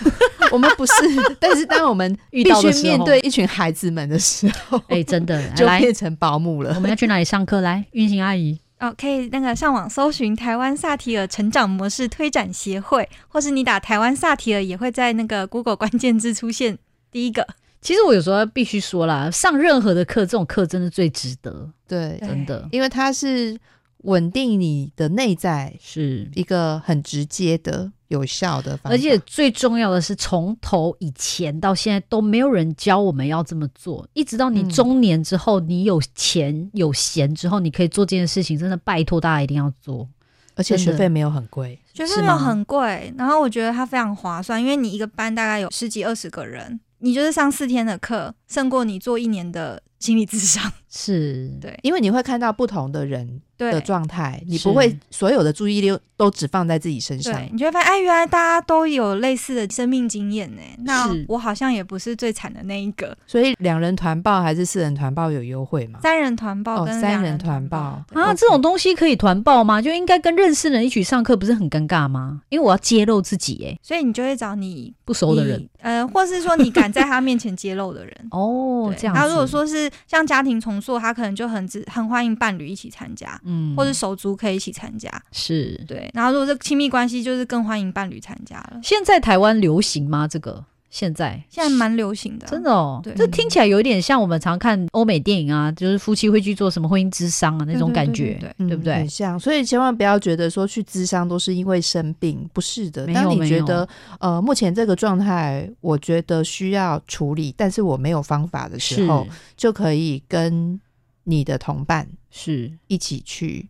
Speaker 2: <laughs> 我们不是，但是当我们
Speaker 1: 遇
Speaker 2: 必
Speaker 1: 到的
Speaker 2: 须
Speaker 1: 时候
Speaker 2: 面对一群孩子们的时 <laughs> 候，
Speaker 1: 哎，真的，来
Speaker 2: 就
Speaker 1: 来，
Speaker 2: 变成保姆
Speaker 1: 我
Speaker 2: 了。
Speaker 1: 们要去哪里上课？来，运行阿姨，
Speaker 3: 哦，可以那个上网搜寻台湾萨提尔成长模式推展协会，或是你打台湾萨提尔也会在那个 Google 关键字出现第一个。
Speaker 1: 其实我有时候必须说啦，上任何的课，这种课真的最值得，
Speaker 2: 对，
Speaker 1: 真的
Speaker 2: 因为它是稳定你的内在
Speaker 1: 是。
Speaker 2: 一个很直接的、有效的方法，
Speaker 1: 而且最重要的是，从头以前到现在都没有人教我们要这么做，一直到你
Speaker 2: 嗯
Speaker 1: 中年之后，你有钱有闲之后，你可以做这件事情，真的拜托大家一定要做。
Speaker 2: 而且
Speaker 1: 真
Speaker 2: 学
Speaker 1: 的
Speaker 2: 费没有很贵。
Speaker 3: 学
Speaker 1: 是
Speaker 3: 费没
Speaker 1: 吗
Speaker 3: 有很贵，然后我觉得它非常划算，因为你一个班大概有十几二十个人，你就是上四天的课，胜过你做一年的心理智
Speaker 1: <laughs>
Speaker 3: 商。
Speaker 1: 是，
Speaker 3: 对
Speaker 2: 因为你会看到不同的人
Speaker 3: 对
Speaker 2: 的状态，你
Speaker 1: 是
Speaker 2: 不会所有的注意力都只放在自己身上
Speaker 3: 对，。你就会发现，哎，原来大家都有类似的生命经验呢。那
Speaker 1: 是
Speaker 3: 我好像也不是最惨的那一个。
Speaker 2: 所以两人团报还是四人团报有优惠吗？
Speaker 3: 三人团报
Speaker 2: 哦，
Speaker 3: 跟
Speaker 2: 三
Speaker 3: 两
Speaker 2: 人
Speaker 3: 团
Speaker 2: 团报
Speaker 1: 啊，
Speaker 2: OK
Speaker 1: 这种东西可以团报吗？就应该跟认识的人一起上课，不是很尴尬吗？因为我要揭露自己、哎，
Speaker 3: 所以你就会找你
Speaker 1: 不熟的人。
Speaker 3: 你。呃，或是说你敢在他面前揭露的人
Speaker 1: <laughs> 哦
Speaker 3: 对，
Speaker 1: 这样子。
Speaker 3: 那如果，说是像家庭重塑，他可能就很只很欢迎伴侣一起参加，
Speaker 1: 嗯，
Speaker 3: 或者手足可以一起参加。
Speaker 1: 是
Speaker 3: 对，然后如果是亲密关系，就是更欢迎伴侣参加了。
Speaker 1: 现在台湾流行吗？这个现在
Speaker 3: 现在蛮流行的啊，
Speaker 1: 真的哦
Speaker 3: 对，
Speaker 1: 这听起来有一点像我们常看欧美电影啊，就是夫妻会去做什么婚姻之商啊那种感觉，
Speaker 3: 对对对
Speaker 2: 嗯
Speaker 1: 对不对
Speaker 2: 很像，所以千万不要觉得说去咨商都是因为生病，不是的。
Speaker 1: 没有
Speaker 2: 当你觉
Speaker 1: 没
Speaker 2: 得呃目前这个状态，我觉得需要处理，但是我没有方法的时
Speaker 1: 是
Speaker 2: 候，就可以跟你的同伴
Speaker 1: 是
Speaker 2: 一起去。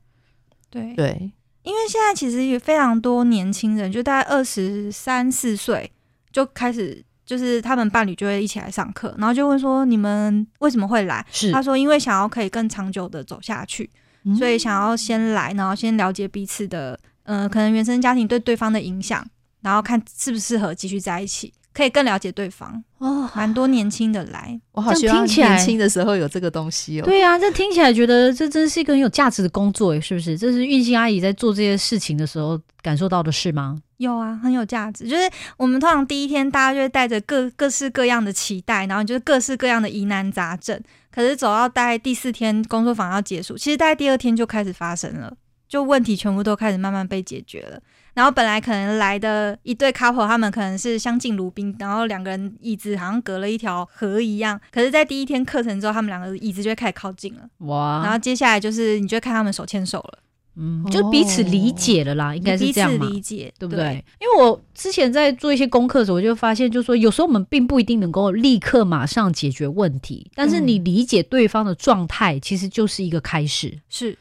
Speaker 3: 对对。
Speaker 2: 对，
Speaker 3: 因为现在其实也非常多年轻人，就大概二十三四岁就开始，就是他们伴侣就会一起来上课，然后就问说你们为什么会来？
Speaker 1: 是嗯
Speaker 3: 他，说因为想要可以更长久的走下去，
Speaker 2: 嗯
Speaker 3: 所以想要先来，然后先了解彼此的，呃，可能原生家庭对对方的影响，然后看适不适合继续在一起，可以更了解对方。
Speaker 1: 哦，
Speaker 3: 蛮多年轻的来，
Speaker 2: 我好
Speaker 1: 这
Speaker 2: 希
Speaker 1: 样
Speaker 2: 望
Speaker 1: 听起来
Speaker 2: 年轻的时候有这个东西哦。
Speaker 1: 对啊，这听起来觉得这真是一个很有价值的工作，哎，是不是？这是运心阿姨在做这些事情的时候感受到的事吗？
Speaker 3: 有啊，很有价值。就是我们通常第一天，大家就会带着各各式各样的期待，然后就是各式各样的疑难杂症。可是走到大概第四天，工作坊要结束，其实大概第二天就开始发生了，就问题全部都开始慢慢被解决了。然后本来可能来的一对 couple，他们可能是相敬如宾，然后两个人椅子好像隔了一条河一样。可是，在第一天课程之后，他们两个椅子就会开始靠近了。
Speaker 1: 哇，
Speaker 3: 然后接下来就是，你就会看他们手牵手了，
Speaker 1: 嗯，就彼此理解了啦，应该是
Speaker 3: 彼
Speaker 1: 这
Speaker 3: 此
Speaker 1: 样嘛，
Speaker 3: 理解，
Speaker 1: 对不对？？因为我之前在做一些功课的时候，我就发现，就是说有时候我们并不一定能够立刻马上解决问题，但是
Speaker 2: 嗯
Speaker 1: 你理解对方的状态，其实就是一个开始。
Speaker 3: 是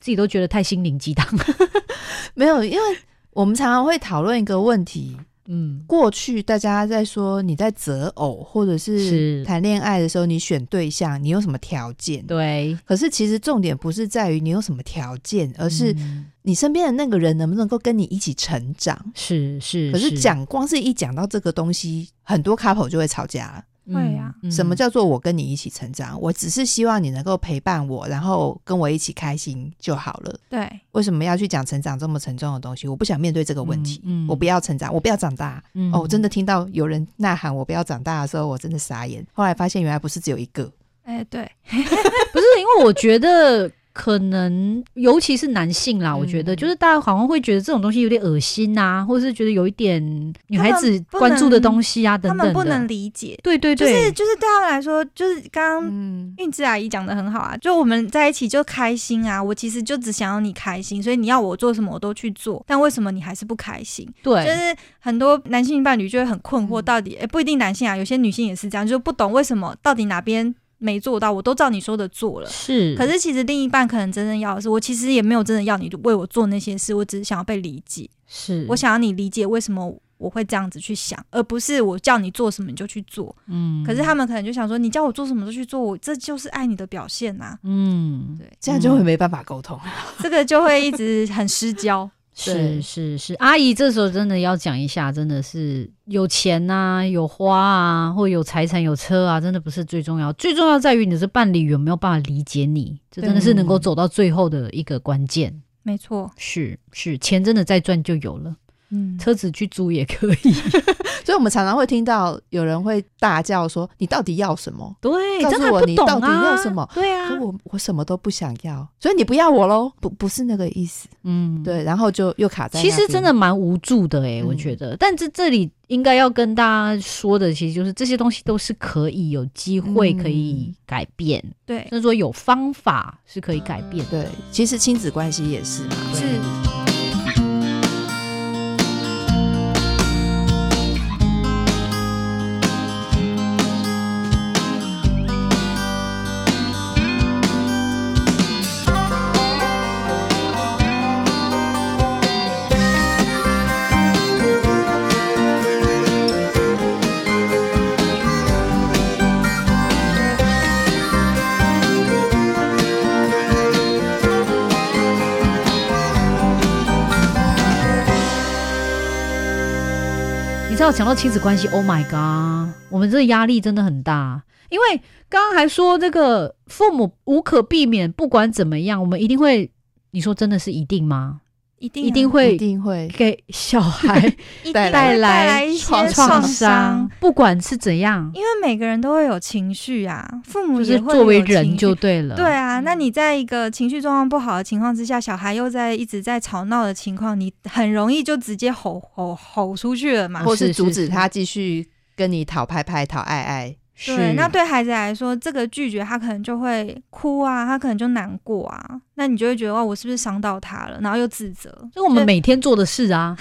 Speaker 1: 自己都觉得太心灵鸡汤，
Speaker 2: 没有，因为我们常常会讨论一个问题，
Speaker 1: 嗯，
Speaker 2: 过去大家在说你在择偶或者
Speaker 1: 是
Speaker 2: 是谈恋爱的时候，你选对象你有什么条件？
Speaker 1: <laughs> 对，
Speaker 2: 可是其实重点不是在于你有什么条件，而是
Speaker 1: 嗯
Speaker 2: 你身边的那个人能不能够跟你一起成长。
Speaker 1: 是是，
Speaker 2: 可是讲光是一讲到这个东西，很多 couple 就会吵架了。
Speaker 3: 会啊
Speaker 1: 嗯
Speaker 2: 什么叫做我跟你一起成长？我只是希望你能够陪伴我，然后跟我一起开心就好了。
Speaker 3: 对，
Speaker 2: 为什么要去讲成长这么沉重的东西？我不想面对这个问题，
Speaker 1: 嗯嗯
Speaker 2: 我不要成长，我不要长大。
Speaker 1: 嗯
Speaker 2: 哦，我真的听到有人呐喊“我不要长大”的时候，我真的傻眼。后来发现原来不是只有一个，
Speaker 3: 哎，对，
Speaker 1: <laughs> 不是因为我觉得可能尤其是男性啦，我觉得
Speaker 2: 嗯
Speaker 1: 就是大家好像会觉得这种东西有点恶心呐、或者是觉得有一点女孩子
Speaker 3: 不能
Speaker 1: 关注的东西啊等等
Speaker 3: 他
Speaker 1: 的，
Speaker 3: 们不能理解，
Speaker 1: 对对
Speaker 3: 就
Speaker 1: 对，
Speaker 3: 是就是对他们来说，就是刚刚
Speaker 2: 嗯，
Speaker 3: 韵芝阿姨讲的很好啊，就我们在一起就开心啊，我其实就只想要你开心，所以你要我做什么我都去做，但为什么你还是不开心？
Speaker 1: 对，
Speaker 3: 就是很多男性伴侣就会很困惑，
Speaker 2: 嗯
Speaker 3: 到底诶、不一定男性啊，有些女性也是这样，就不懂为什么到底哪边没做到，我都照你说的做了。
Speaker 1: 是，
Speaker 3: 可是其实另一半可能真正要的是，我其实也没有真的要你为我做那些事，我只是想要被理解。
Speaker 1: 是
Speaker 3: 我，想要你理解为什么我会这样子去想，而不是我叫你做什么你就去做。
Speaker 1: 嗯
Speaker 3: 可是他，们可能就想说，你叫我做什么就去做，我这就是爱你的表现呐、
Speaker 1: 嗯，
Speaker 3: 对，
Speaker 2: 这样就会没办法沟通。
Speaker 3: 这个就会一直很失焦。
Speaker 1: 是
Speaker 2: 对
Speaker 1: 是是，阿姨这时候真的要讲一下，真的是有钱呐、有花啊，或有财产、有车啊，真的不是最重要，最重要在于你的这伴侣有没有办法理解你，这真的是能够
Speaker 2: 对
Speaker 1: 走到最后的一个关键。
Speaker 3: 没错，
Speaker 1: 是是，钱真的再赚就有了，
Speaker 3: 嗯，
Speaker 1: 车子去租也可以。 <laughs>
Speaker 2: 所以我们常常会听到有人会大叫说：“你到底要什么？
Speaker 1: 对，
Speaker 2: 告
Speaker 1: 真
Speaker 2: 诉
Speaker 1: 的
Speaker 2: 我
Speaker 1: 不
Speaker 2: 你
Speaker 1: 懂
Speaker 2: 到底
Speaker 1: 啊，
Speaker 2: 要什么
Speaker 1: 对啊
Speaker 2: 可，我我什么都不想要，所以你不要我喽？不不是那个意思。
Speaker 1: 嗯，。
Speaker 2: 对，然后就又卡在那
Speaker 1: 其
Speaker 2: 边。
Speaker 1: 实真的蛮无助的诶、我
Speaker 2: 嗯
Speaker 1: 觉得。但这这里应该要跟大家说的，其实就是这些东西都是可以有机会可以改变，
Speaker 3: 对，
Speaker 1: 就是说有方法是可以改变的。
Speaker 2: 对，其实亲子关系也是嘛。
Speaker 3: 是
Speaker 1: 对
Speaker 3: 对
Speaker 1: 知道讲到亲子关系，Oh my god，我们这压力真的很大。因为刚刚还说这个父母无可避免，不管怎么样，我们一定会，你说真的是一定吗？
Speaker 3: 一定
Speaker 1: 一定
Speaker 3: 会
Speaker 2: 一
Speaker 1: 会
Speaker 2: 定会
Speaker 1: 给小
Speaker 3: <laughs>
Speaker 1: 孩
Speaker 3: 一定
Speaker 2: 带
Speaker 3: 会
Speaker 2: 来
Speaker 3: 带
Speaker 1: 来
Speaker 3: 一些
Speaker 2: 创
Speaker 3: 创
Speaker 1: 伤，，不管是怎样，
Speaker 3: 因为每个人都会有情绪啊，父母
Speaker 1: 就是
Speaker 3: 也会
Speaker 1: 作为
Speaker 3: 有情
Speaker 1: 人
Speaker 3: 绪
Speaker 1: 就嗯对了。
Speaker 3: 对啊，那你在一个情绪状况不好的情况之下，小孩又在一直在吵闹的情况，你很容易就直接吼吼吼出去了嘛。
Speaker 2: 或
Speaker 1: 是
Speaker 2: 啊是阻
Speaker 1: 是
Speaker 2: 止
Speaker 1: 是
Speaker 2: 他继续跟你讨拍拍、讨爱爱。
Speaker 1: 是，
Speaker 3: 对，那对孩子来说，这个拒绝他可能就会哭啊，他可能就难过啊，那你就会觉得哇，我是不是伤到他了？然后又自责，
Speaker 1: 这是我们
Speaker 3: 就
Speaker 1: 每天做的事
Speaker 3: <laughs>
Speaker 1: 啊。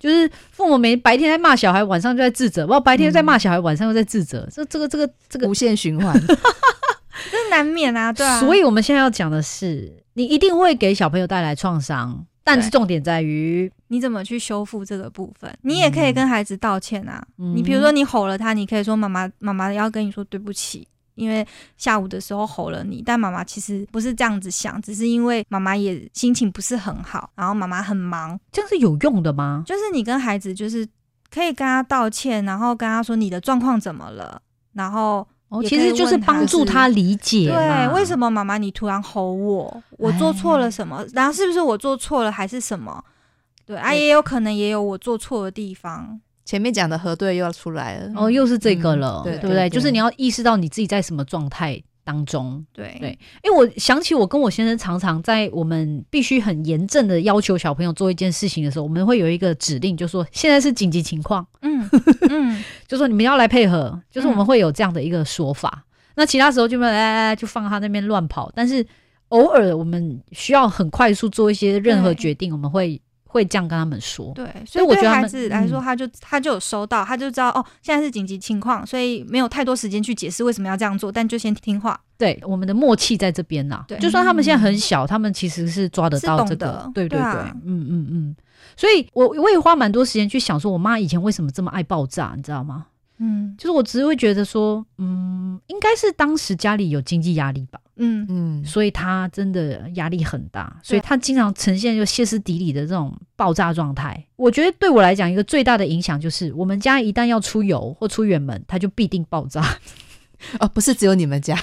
Speaker 1: 就是父母每白天在骂小孩，晚上就在自责；，哇，白天又在骂小孩，晚上又在自责。
Speaker 3: 嗯
Speaker 1: 这、这个、这个、这个
Speaker 2: 无限循 <laughs> 环，
Speaker 3: 这难免啊，对啊。
Speaker 1: 所以我们现在要讲的是，你一定会给小朋友带来创伤，但是重点在于，
Speaker 3: 你怎么去修复这个部分？你也可以跟孩子道歉啊。
Speaker 1: 嗯
Speaker 3: 你比如说你吼了他，你可以说妈妈，妈妈要跟你说对不起，因为下午的时候吼了你，但妈妈其实不是这样子想，只是因为妈妈也心情不是很好，然后妈妈很忙，
Speaker 1: 这样是有用的吗？
Speaker 3: 就是你跟孩子就是可以跟他道歉，然后跟他说你的状况怎么了，然后
Speaker 1: 哦，
Speaker 3: 也
Speaker 1: 其
Speaker 3: 可以
Speaker 1: 实就是
Speaker 3: 问他
Speaker 1: 帮助
Speaker 3: 是
Speaker 1: 他理解
Speaker 3: 对，
Speaker 1: 嘛哎
Speaker 3: 为什么妈妈你突然吼我？我做错了什么？然后是不是我做错了还是什么？对啊，
Speaker 2: 对
Speaker 3: 也有可能也有我做错的地方。
Speaker 2: 前面讲的核对又要出来了。
Speaker 1: 哦，又是这个
Speaker 2: 嗯
Speaker 1: 了，
Speaker 2: 对
Speaker 1: 对不对？
Speaker 2: 对
Speaker 1: 就是
Speaker 2: 对
Speaker 1: 你要意识到你自己在什么状态当中。
Speaker 3: 对
Speaker 1: 对因为我想起我跟我先生常常在我们必须很严正的要求小朋友做一件事情的时候，我们会有一个指令，就说现在是紧急情况，
Speaker 3: 嗯
Speaker 1: <laughs>
Speaker 3: 嗯，
Speaker 1: 就说你们要来配合，就是我们
Speaker 3: 嗯
Speaker 1: 会有这样的一个说法。那其他时候就没有，哎哎哎就放他那边乱跑。但是偶尔我们需要很快速做一些任何
Speaker 3: 对
Speaker 1: 决定，我们会会这样跟他们说。 <laughs>
Speaker 3: 对，
Speaker 1: 所
Speaker 3: 所
Speaker 1: 以
Speaker 3: 以
Speaker 1: 我觉
Speaker 3: 对
Speaker 1: 得他
Speaker 3: 孩
Speaker 1: 们
Speaker 3: 子来说，
Speaker 1: 嗯
Speaker 3: 他就他就有收到，他就知道哦，现在是紧急情况，所以没有太多时间去解释为什么要这样做，但就先听话。
Speaker 1: 对，我们的默契在这边呐、
Speaker 3: 对
Speaker 1: 就算他们现在很小，他们其实是抓得到这
Speaker 3: 是懂
Speaker 1: 个
Speaker 3: 得。
Speaker 1: 对对
Speaker 3: 对
Speaker 1: 对，
Speaker 3: 啊
Speaker 1: 嗯嗯嗯。所以我我也花蛮多时间去想，说我妈以前为什么这么爱爆炸，你知道吗？
Speaker 3: 嗯
Speaker 1: 就是我只是会觉得说，嗯，应该是当时家里有经济压力吧。
Speaker 3: 嗯，
Speaker 2: 嗯，
Speaker 1: 所以他真的压力很大，所以他经常呈现就歇斯底里的这种爆炸状态。我觉得对我来讲，一个最大的影响就是，我们家一旦要出游或出远门，他就必定爆炸。
Speaker 2: 哦，不是只有你们家，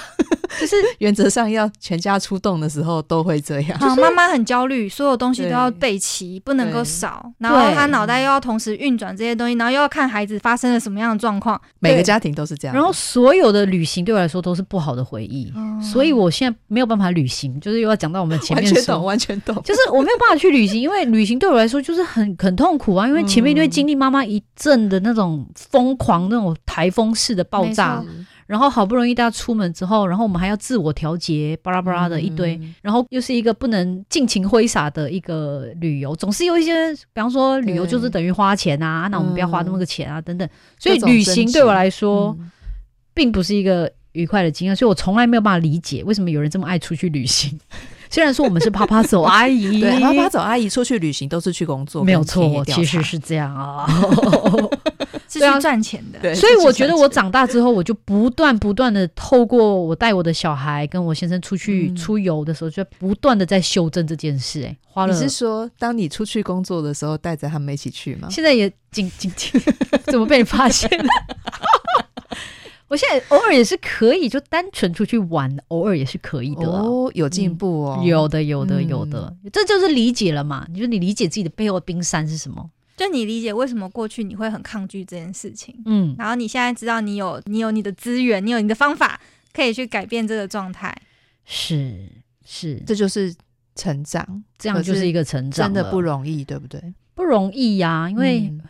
Speaker 1: 就是
Speaker 2: <laughs> 原则上要全家出动的时候都会这样。
Speaker 3: 好，妈妈很焦虑，所有东西都要
Speaker 2: 对
Speaker 3: 备齐，不能够
Speaker 2: 对
Speaker 3: 少，然后
Speaker 1: 对
Speaker 3: 他脑袋又要同时运转这些东西，然后又要看孩子发生了什么样的状况。
Speaker 2: 每
Speaker 1: 对
Speaker 2: 个家庭都是这样哦的。
Speaker 1: 然后所有的旅行对我来说都是不好的回忆，所以我现在没有办法旅行，就是又要讲到我们前
Speaker 2: 完
Speaker 1: 面
Speaker 2: 全
Speaker 1: 说
Speaker 2: 懂，。完全懂。
Speaker 1: 就是我没有办法去旅行，因为旅行对我来说就是很很痛苦啊，因为前面就会经历妈妈一阵的那种疯狂、那种台风式的爆炸
Speaker 3: 没，
Speaker 1: 然后好不容易大家出门之后，然后我们还要自我调节，巴拉巴拉的一堆，
Speaker 2: 嗯
Speaker 1: 然后又是一个不能尽情挥洒的一个旅游，总是有一些，比方说旅游
Speaker 2: 对
Speaker 1: 就是等于花钱啊，啊那我们不要花那么个钱啊，等等。所以
Speaker 2: 各种
Speaker 1: 旅行
Speaker 2: 争
Speaker 1: 对我
Speaker 2: 执
Speaker 1: 来说，
Speaker 2: 嗯
Speaker 1: 并不是一个愉快的经验，所以我从来没有办法理解为什么有人这么爱出去旅行。 <laughs> 虽然说我们是啪啪走阿姨，
Speaker 2: <laughs> 对，妈妈走阿姨出去旅行都是去工作，
Speaker 1: 没有
Speaker 2: 跟田野
Speaker 1: 错，
Speaker 2: 调
Speaker 1: 其实
Speaker 2: 查
Speaker 1: 是这样啊。
Speaker 3: 是
Speaker 1: 对啊
Speaker 3: 去赚钱的。
Speaker 2: <laughs> 对，
Speaker 1: 所以
Speaker 2: 是去
Speaker 1: 我觉得
Speaker 2: 赚
Speaker 1: 我
Speaker 2: 钱
Speaker 1: 长大之后，我就不断不断的透过我带我的小孩跟我先生出去
Speaker 2: 嗯
Speaker 1: 出游的时候，就不断的在修正这件事、哎，花了
Speaker 2: 你。是说，当你出去工作的时候，带着他们一起去吗？
Speaker 1: 现在也紧紧紧， <laughs> 怎么被你发现了？ <laughs> 我现在偶尔也是可以，就单纯出去玩，偶尔也是可以的啊、
Speaker 2: 哦，有进步哦，
Speaker 1: 有的，有的，有
Speaker 2: 嗯
Speaker 1: 的，这就是理解了嘛。你说你理解自己的背后的冰山是什么？
Speaker 3: 就你理解为什么过去你会很抗拒这件事情，
Speaker 1: 嗯，
Speaker 3: 然后你现在知道你有你有你的资源，你有你的方法可以去改变这个状态。
Speaker 1: 是是，
Speaker 2: 这就是成长，
Speaker 1: 这样
Speaker 2: 可
Speaker 1: 就是是一个成长
Speaker 2: 真
Speaker 1: 了，
Speaker 2: 的不容易，对不对？
Speaker 1: 不容易呀、因为、
Speaker 2: 嗯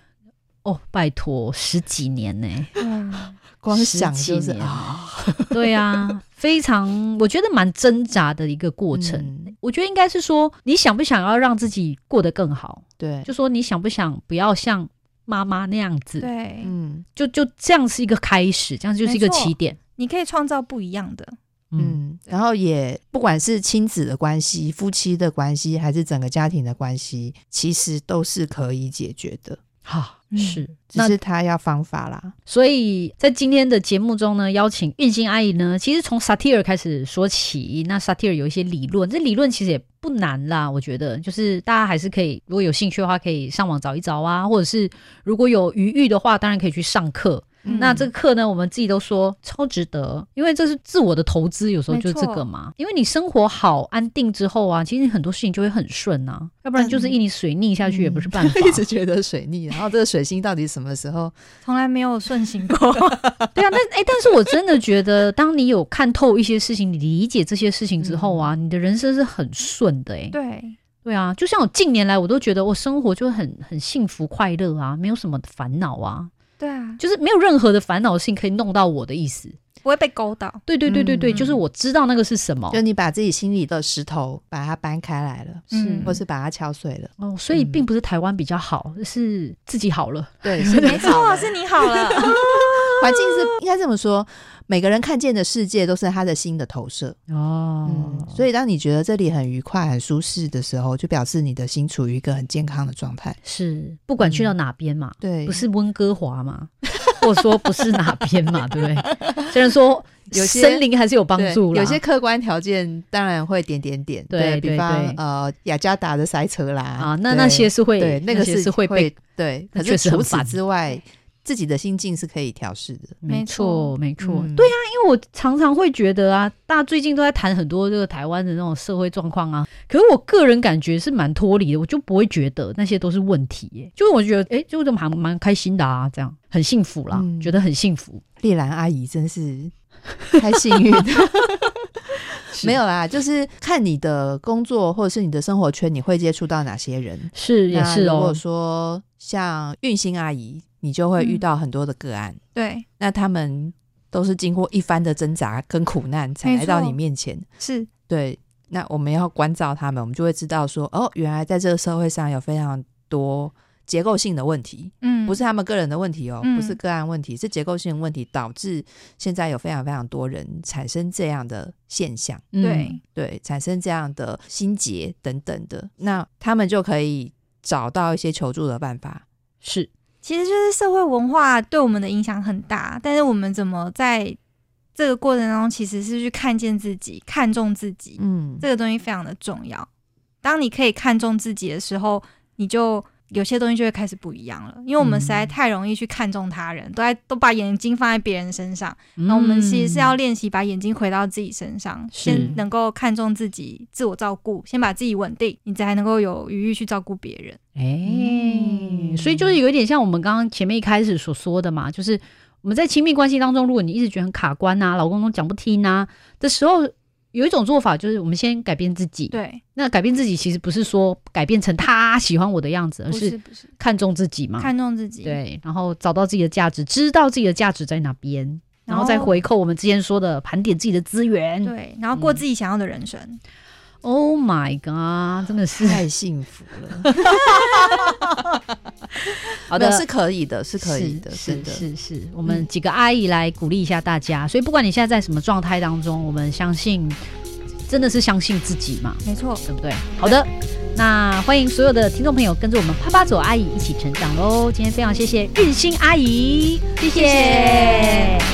Speaker 1: 哦，拜托，十几年呢、
Speaker 3: 嗯
Speaker 2: 光
Speaker 1: 十
Speaker 2: 想
Speaker 1: 几
Speaker 2: 就是
Speaker 1: 年
Speaker 2: 啊，
Speaker 1: <laughs> 对啊，非常，我觉得蛮挣扎的一个过程。
Speaker 2: 嗯
Speaker 1: 我觉得应该是说，你想不想要让自己过得更好？
Speaker 2: 对，
Speaker 1: 就说你想不想不要像妈妈那样子？
Speaker 3: 对，
Speaker 2: 嗯
Speaker 1: 就就这样是一个开始，这样就是一个
Speaker 3: 没错
Speaker 1: 起点。
Speaker 3: 你可以创造不一样的。
Speaker 1: 嗯，
Speaker 2: 嗯，然后也不管是亲子的关系、夫妻的关系，还是整个家庭的关系，其实都是可以解决的。
Speaker 1: 好，
Speaker 3: 嗯
Speaker 1: 是，
Speaker 2: 只
Speaker 1: 那
Speaker 2: 是他要方法啦。
Speaker 1: 所以在今天的节目中呢，邀请运心阿姨呢，其实从萨提尔开始说起。那萨提尔有一些理论，这理论其实也不难啦，我觉得就是大家还是可以，如果有兴趣的话，可以上网找一找啊，或者是如果有余裕的话，当然可以去上课。
Speaker 2: 嗯
Speaker 1: 那这个课呢，我们自己都说超值得，因为这是自我的投资，有时候就是这个嘛。因为你生活好安定之后啊，其实你很多事情就会很顺啊，要不然就是一你水逆下去也不是办法。
Speaker 2: <laughs> 一直觉得水逆，然后这个水星到底什么时候？
Speaker 1: 哦
Speaker 3: 从来没有顺行过。
Speaker 1: 对啊，但哎、但是我真的觉得，当你有看透一些事情，你理解这些事情之后
Speaker 2: 嗯
Speaker 1: 啊，你的人生是很顺的哎、
Speaker 3: <laughs> 对，
Speaker 1: 对啊，就像我近年来，我都觉得我生活就很很幸福快乐啊，没有什么烦恼啊，
Speaker 3: 对啊，
Speaker 1: 就是没有任何的烦恼性可以弄到我的意思。
Speaker 3: 不会被勾 <laughs> 到。
Speaker 1: 对对对对对，
Speaker 2: 嗯
Speaker 1: 就是我知道那个是什么
Speaker 2: 就。你把自己心里的石头把它搬开来了，
Speaker 3: 嗯
Speaker 2: 或是把它敲碎了。
Speaker 1: 哦，所以
Speaker 2: 嗯
Speaker 1: 并不是台湾比较好，是自己好了。
Speaker 2: 对，
Speaker 1: <laughs>
Speaker 2: 是
Speaker 3: 没错，是你好了。 <laughs>
Speaker 2: 环境是应该这么说，每个人看见的世界都是他的心的投射。
Speaker 1: 哦
Speaker 2: 嗯，所以当你觉得这里很愉快、很舒适的时候，就表示你的心处于一个很健康的状态。
Speaker 1: 是不管去
Speaker 2: 嗯
Speaker 1: 到哪边嘛，
Speaker 2: 对，
Speaker 1: 不是温哥华嘛， <laughs> 或者说不是哪边嘛， <laughs> 对不对？虽然说
Speaker 2: 有些
Speaker 1: 森林还是有帮
Speaker 2: 对
Speaker 1: 助啦，
Speaker 2: 有些客观条件当然会点点点，
Speaker 1: 对对
Speaker 2: 比方
Speaker 1: 对
Speaker 2: 呃雅加达的塞车啦，
Speaker 1: 啊，那
Speaker 2: 对
Speaker 1: 那些是会
Speaker 2: 对那个
Speaker 1: 些是
Speaker 2: 会
Speaker 1: 被，
Speaker 2: 对，
Speaker 1: 那
Speaker 2: 可
Speaker 1: 确
Speaker 2: 是
Speaker 1: 实很
Speaker 2: 除此
Speaker 1: 烦
Speaker 2: 之外，自己的心境是可以调试的。
Speaker 1: 没
Speaker 3: 没
Speaker 1: 错
Speaker 3: 错
Speaker 1: 没错，
Speaker 2: 嗯
Speaker 1: 对啊，因为我常常会觉得啊，大家最近都在谈很多这个台湾的那种社会状况啊，可是我个人感觉是蛮脱离的，我就不会觉得那些都是问题耶，就是我觉得哎，诶就这蛮蛮开心的啊，这样很幸福啦，
Speaker 2: 嗯
Speaker 1: 觉得很幸福，
Speaker 2: 丽兰阿姨真
Speaker 1: <laughs>
Speaker 2: 是太幸运了。没有啦，就是看你的工作或者是你的生活圈，你会接触到哪些人。
Speaker 1: 是也
Speaker 2: 那
Speaker 1: 是
Speaker 2: 如果
Speaker 1: 哦，
Speaker 2: 说像运星阿姨，你就会遇
Speaker 3: 嗯
Speaker 2: 到很多的个案，
Speaker 3: 对，
Speaker 2: 那他们都是经过一番的挣扎跟苦难才
Speaker 3: 没
Speaker 2: 来到
Speaker 3: 错
Speaker 2: 你面前。
Speaker 3: <laughs> 是
Speaker 2: 对，那我们要关照他们，我们就会知道说，哦，原来在这个社会上有非常多结构性的问题，
Speaker 3: 嗯，
Speaker 2: 不是他们个人的问题哦，
Speaker 3: 嗯
Speaker 2: 不是个案问题，是结构性的问题导致现在有非常非常多人产生这样的现象，
Speaker 1: 嗯
Speaker 3: 对，
Speaker 2: 对，产生这样的心结等等的，那他们就可以找到一些求助的办法。
Speaker 1: 是
Speaker 3: 其实就是社会文化对我们的影响很大，但是我们怎么在这个过程当中，其实是去看见自己、看重自己，
Speaker 2: 嗯，
Speaker 3: 这个东西非常的重要。当你可以看重自己的时候，你就有些东西就会开始不一样了，因为我们实在
Speaker 2: 嗯
Speaker 3: 太容易去看重他人，都在都把眼睛放在别人身上，那我们其实是要练习把眼睛回到自己身上，
Speaker 1: 嗯是
Speaker 3: 先能够看重自己，自我照顾，先把自己稳定，你才能够有余裕去照顾别人。
Speaker 1: 哎、
Speaker 2: 嗯
Speaker 1: 所以就是有一点像我们刚刚前面一开始所说的嘛，就是我们在亲密关系当中，如果你一直觉得很卡关呐、老公都讲不听呐、的时候，有一种做法就是我们先改变自己。，
Speaker 3: 对，
Speaker 1: 那改变自己其实不是说改变成他喜欢我的样子，而
Speaker 3: 不是
Speaker 1: 呃是
Speaker 3: 不是，
Speaker 1: 看重自己嘛。
Speaker 3: 看重自己，，
Speaker 1: 对，然后找到自己的价值，知道自己的价值在哪边，然后再
Speaker 3: 然后
Speaker 1: 回扣我们之前说的盘点自己的资源。
Speaker 3: 对，然后过
Speaker 1: 嗯
Speaker 3: 自己想要的人生。
Speaker 1: Oh my god，真的
Speaker 3: <laughs>
Speaker 1: 是
Speaker 2: 太幸福了，
Speaker 1: 好
Speaker 2: 没
Speaker 1: 的，
Speaker 2: 有是可以的，是可以的，
Speaker 1: 是
Speaker 2: 真的。嗯
Speaker 1: 是是是，我们几个阿姨来鼓励一下大家。所以不管你现在在什么状态当中，我们相信真的是相信自己嘛，
Speaker 3: 没错，
Speaker 1: 对不对？好的，那欢迎所有的听众朋友跟着我们啪啪走阿姨一起成长喽。今天非常谢谢运心阿姨，谢谢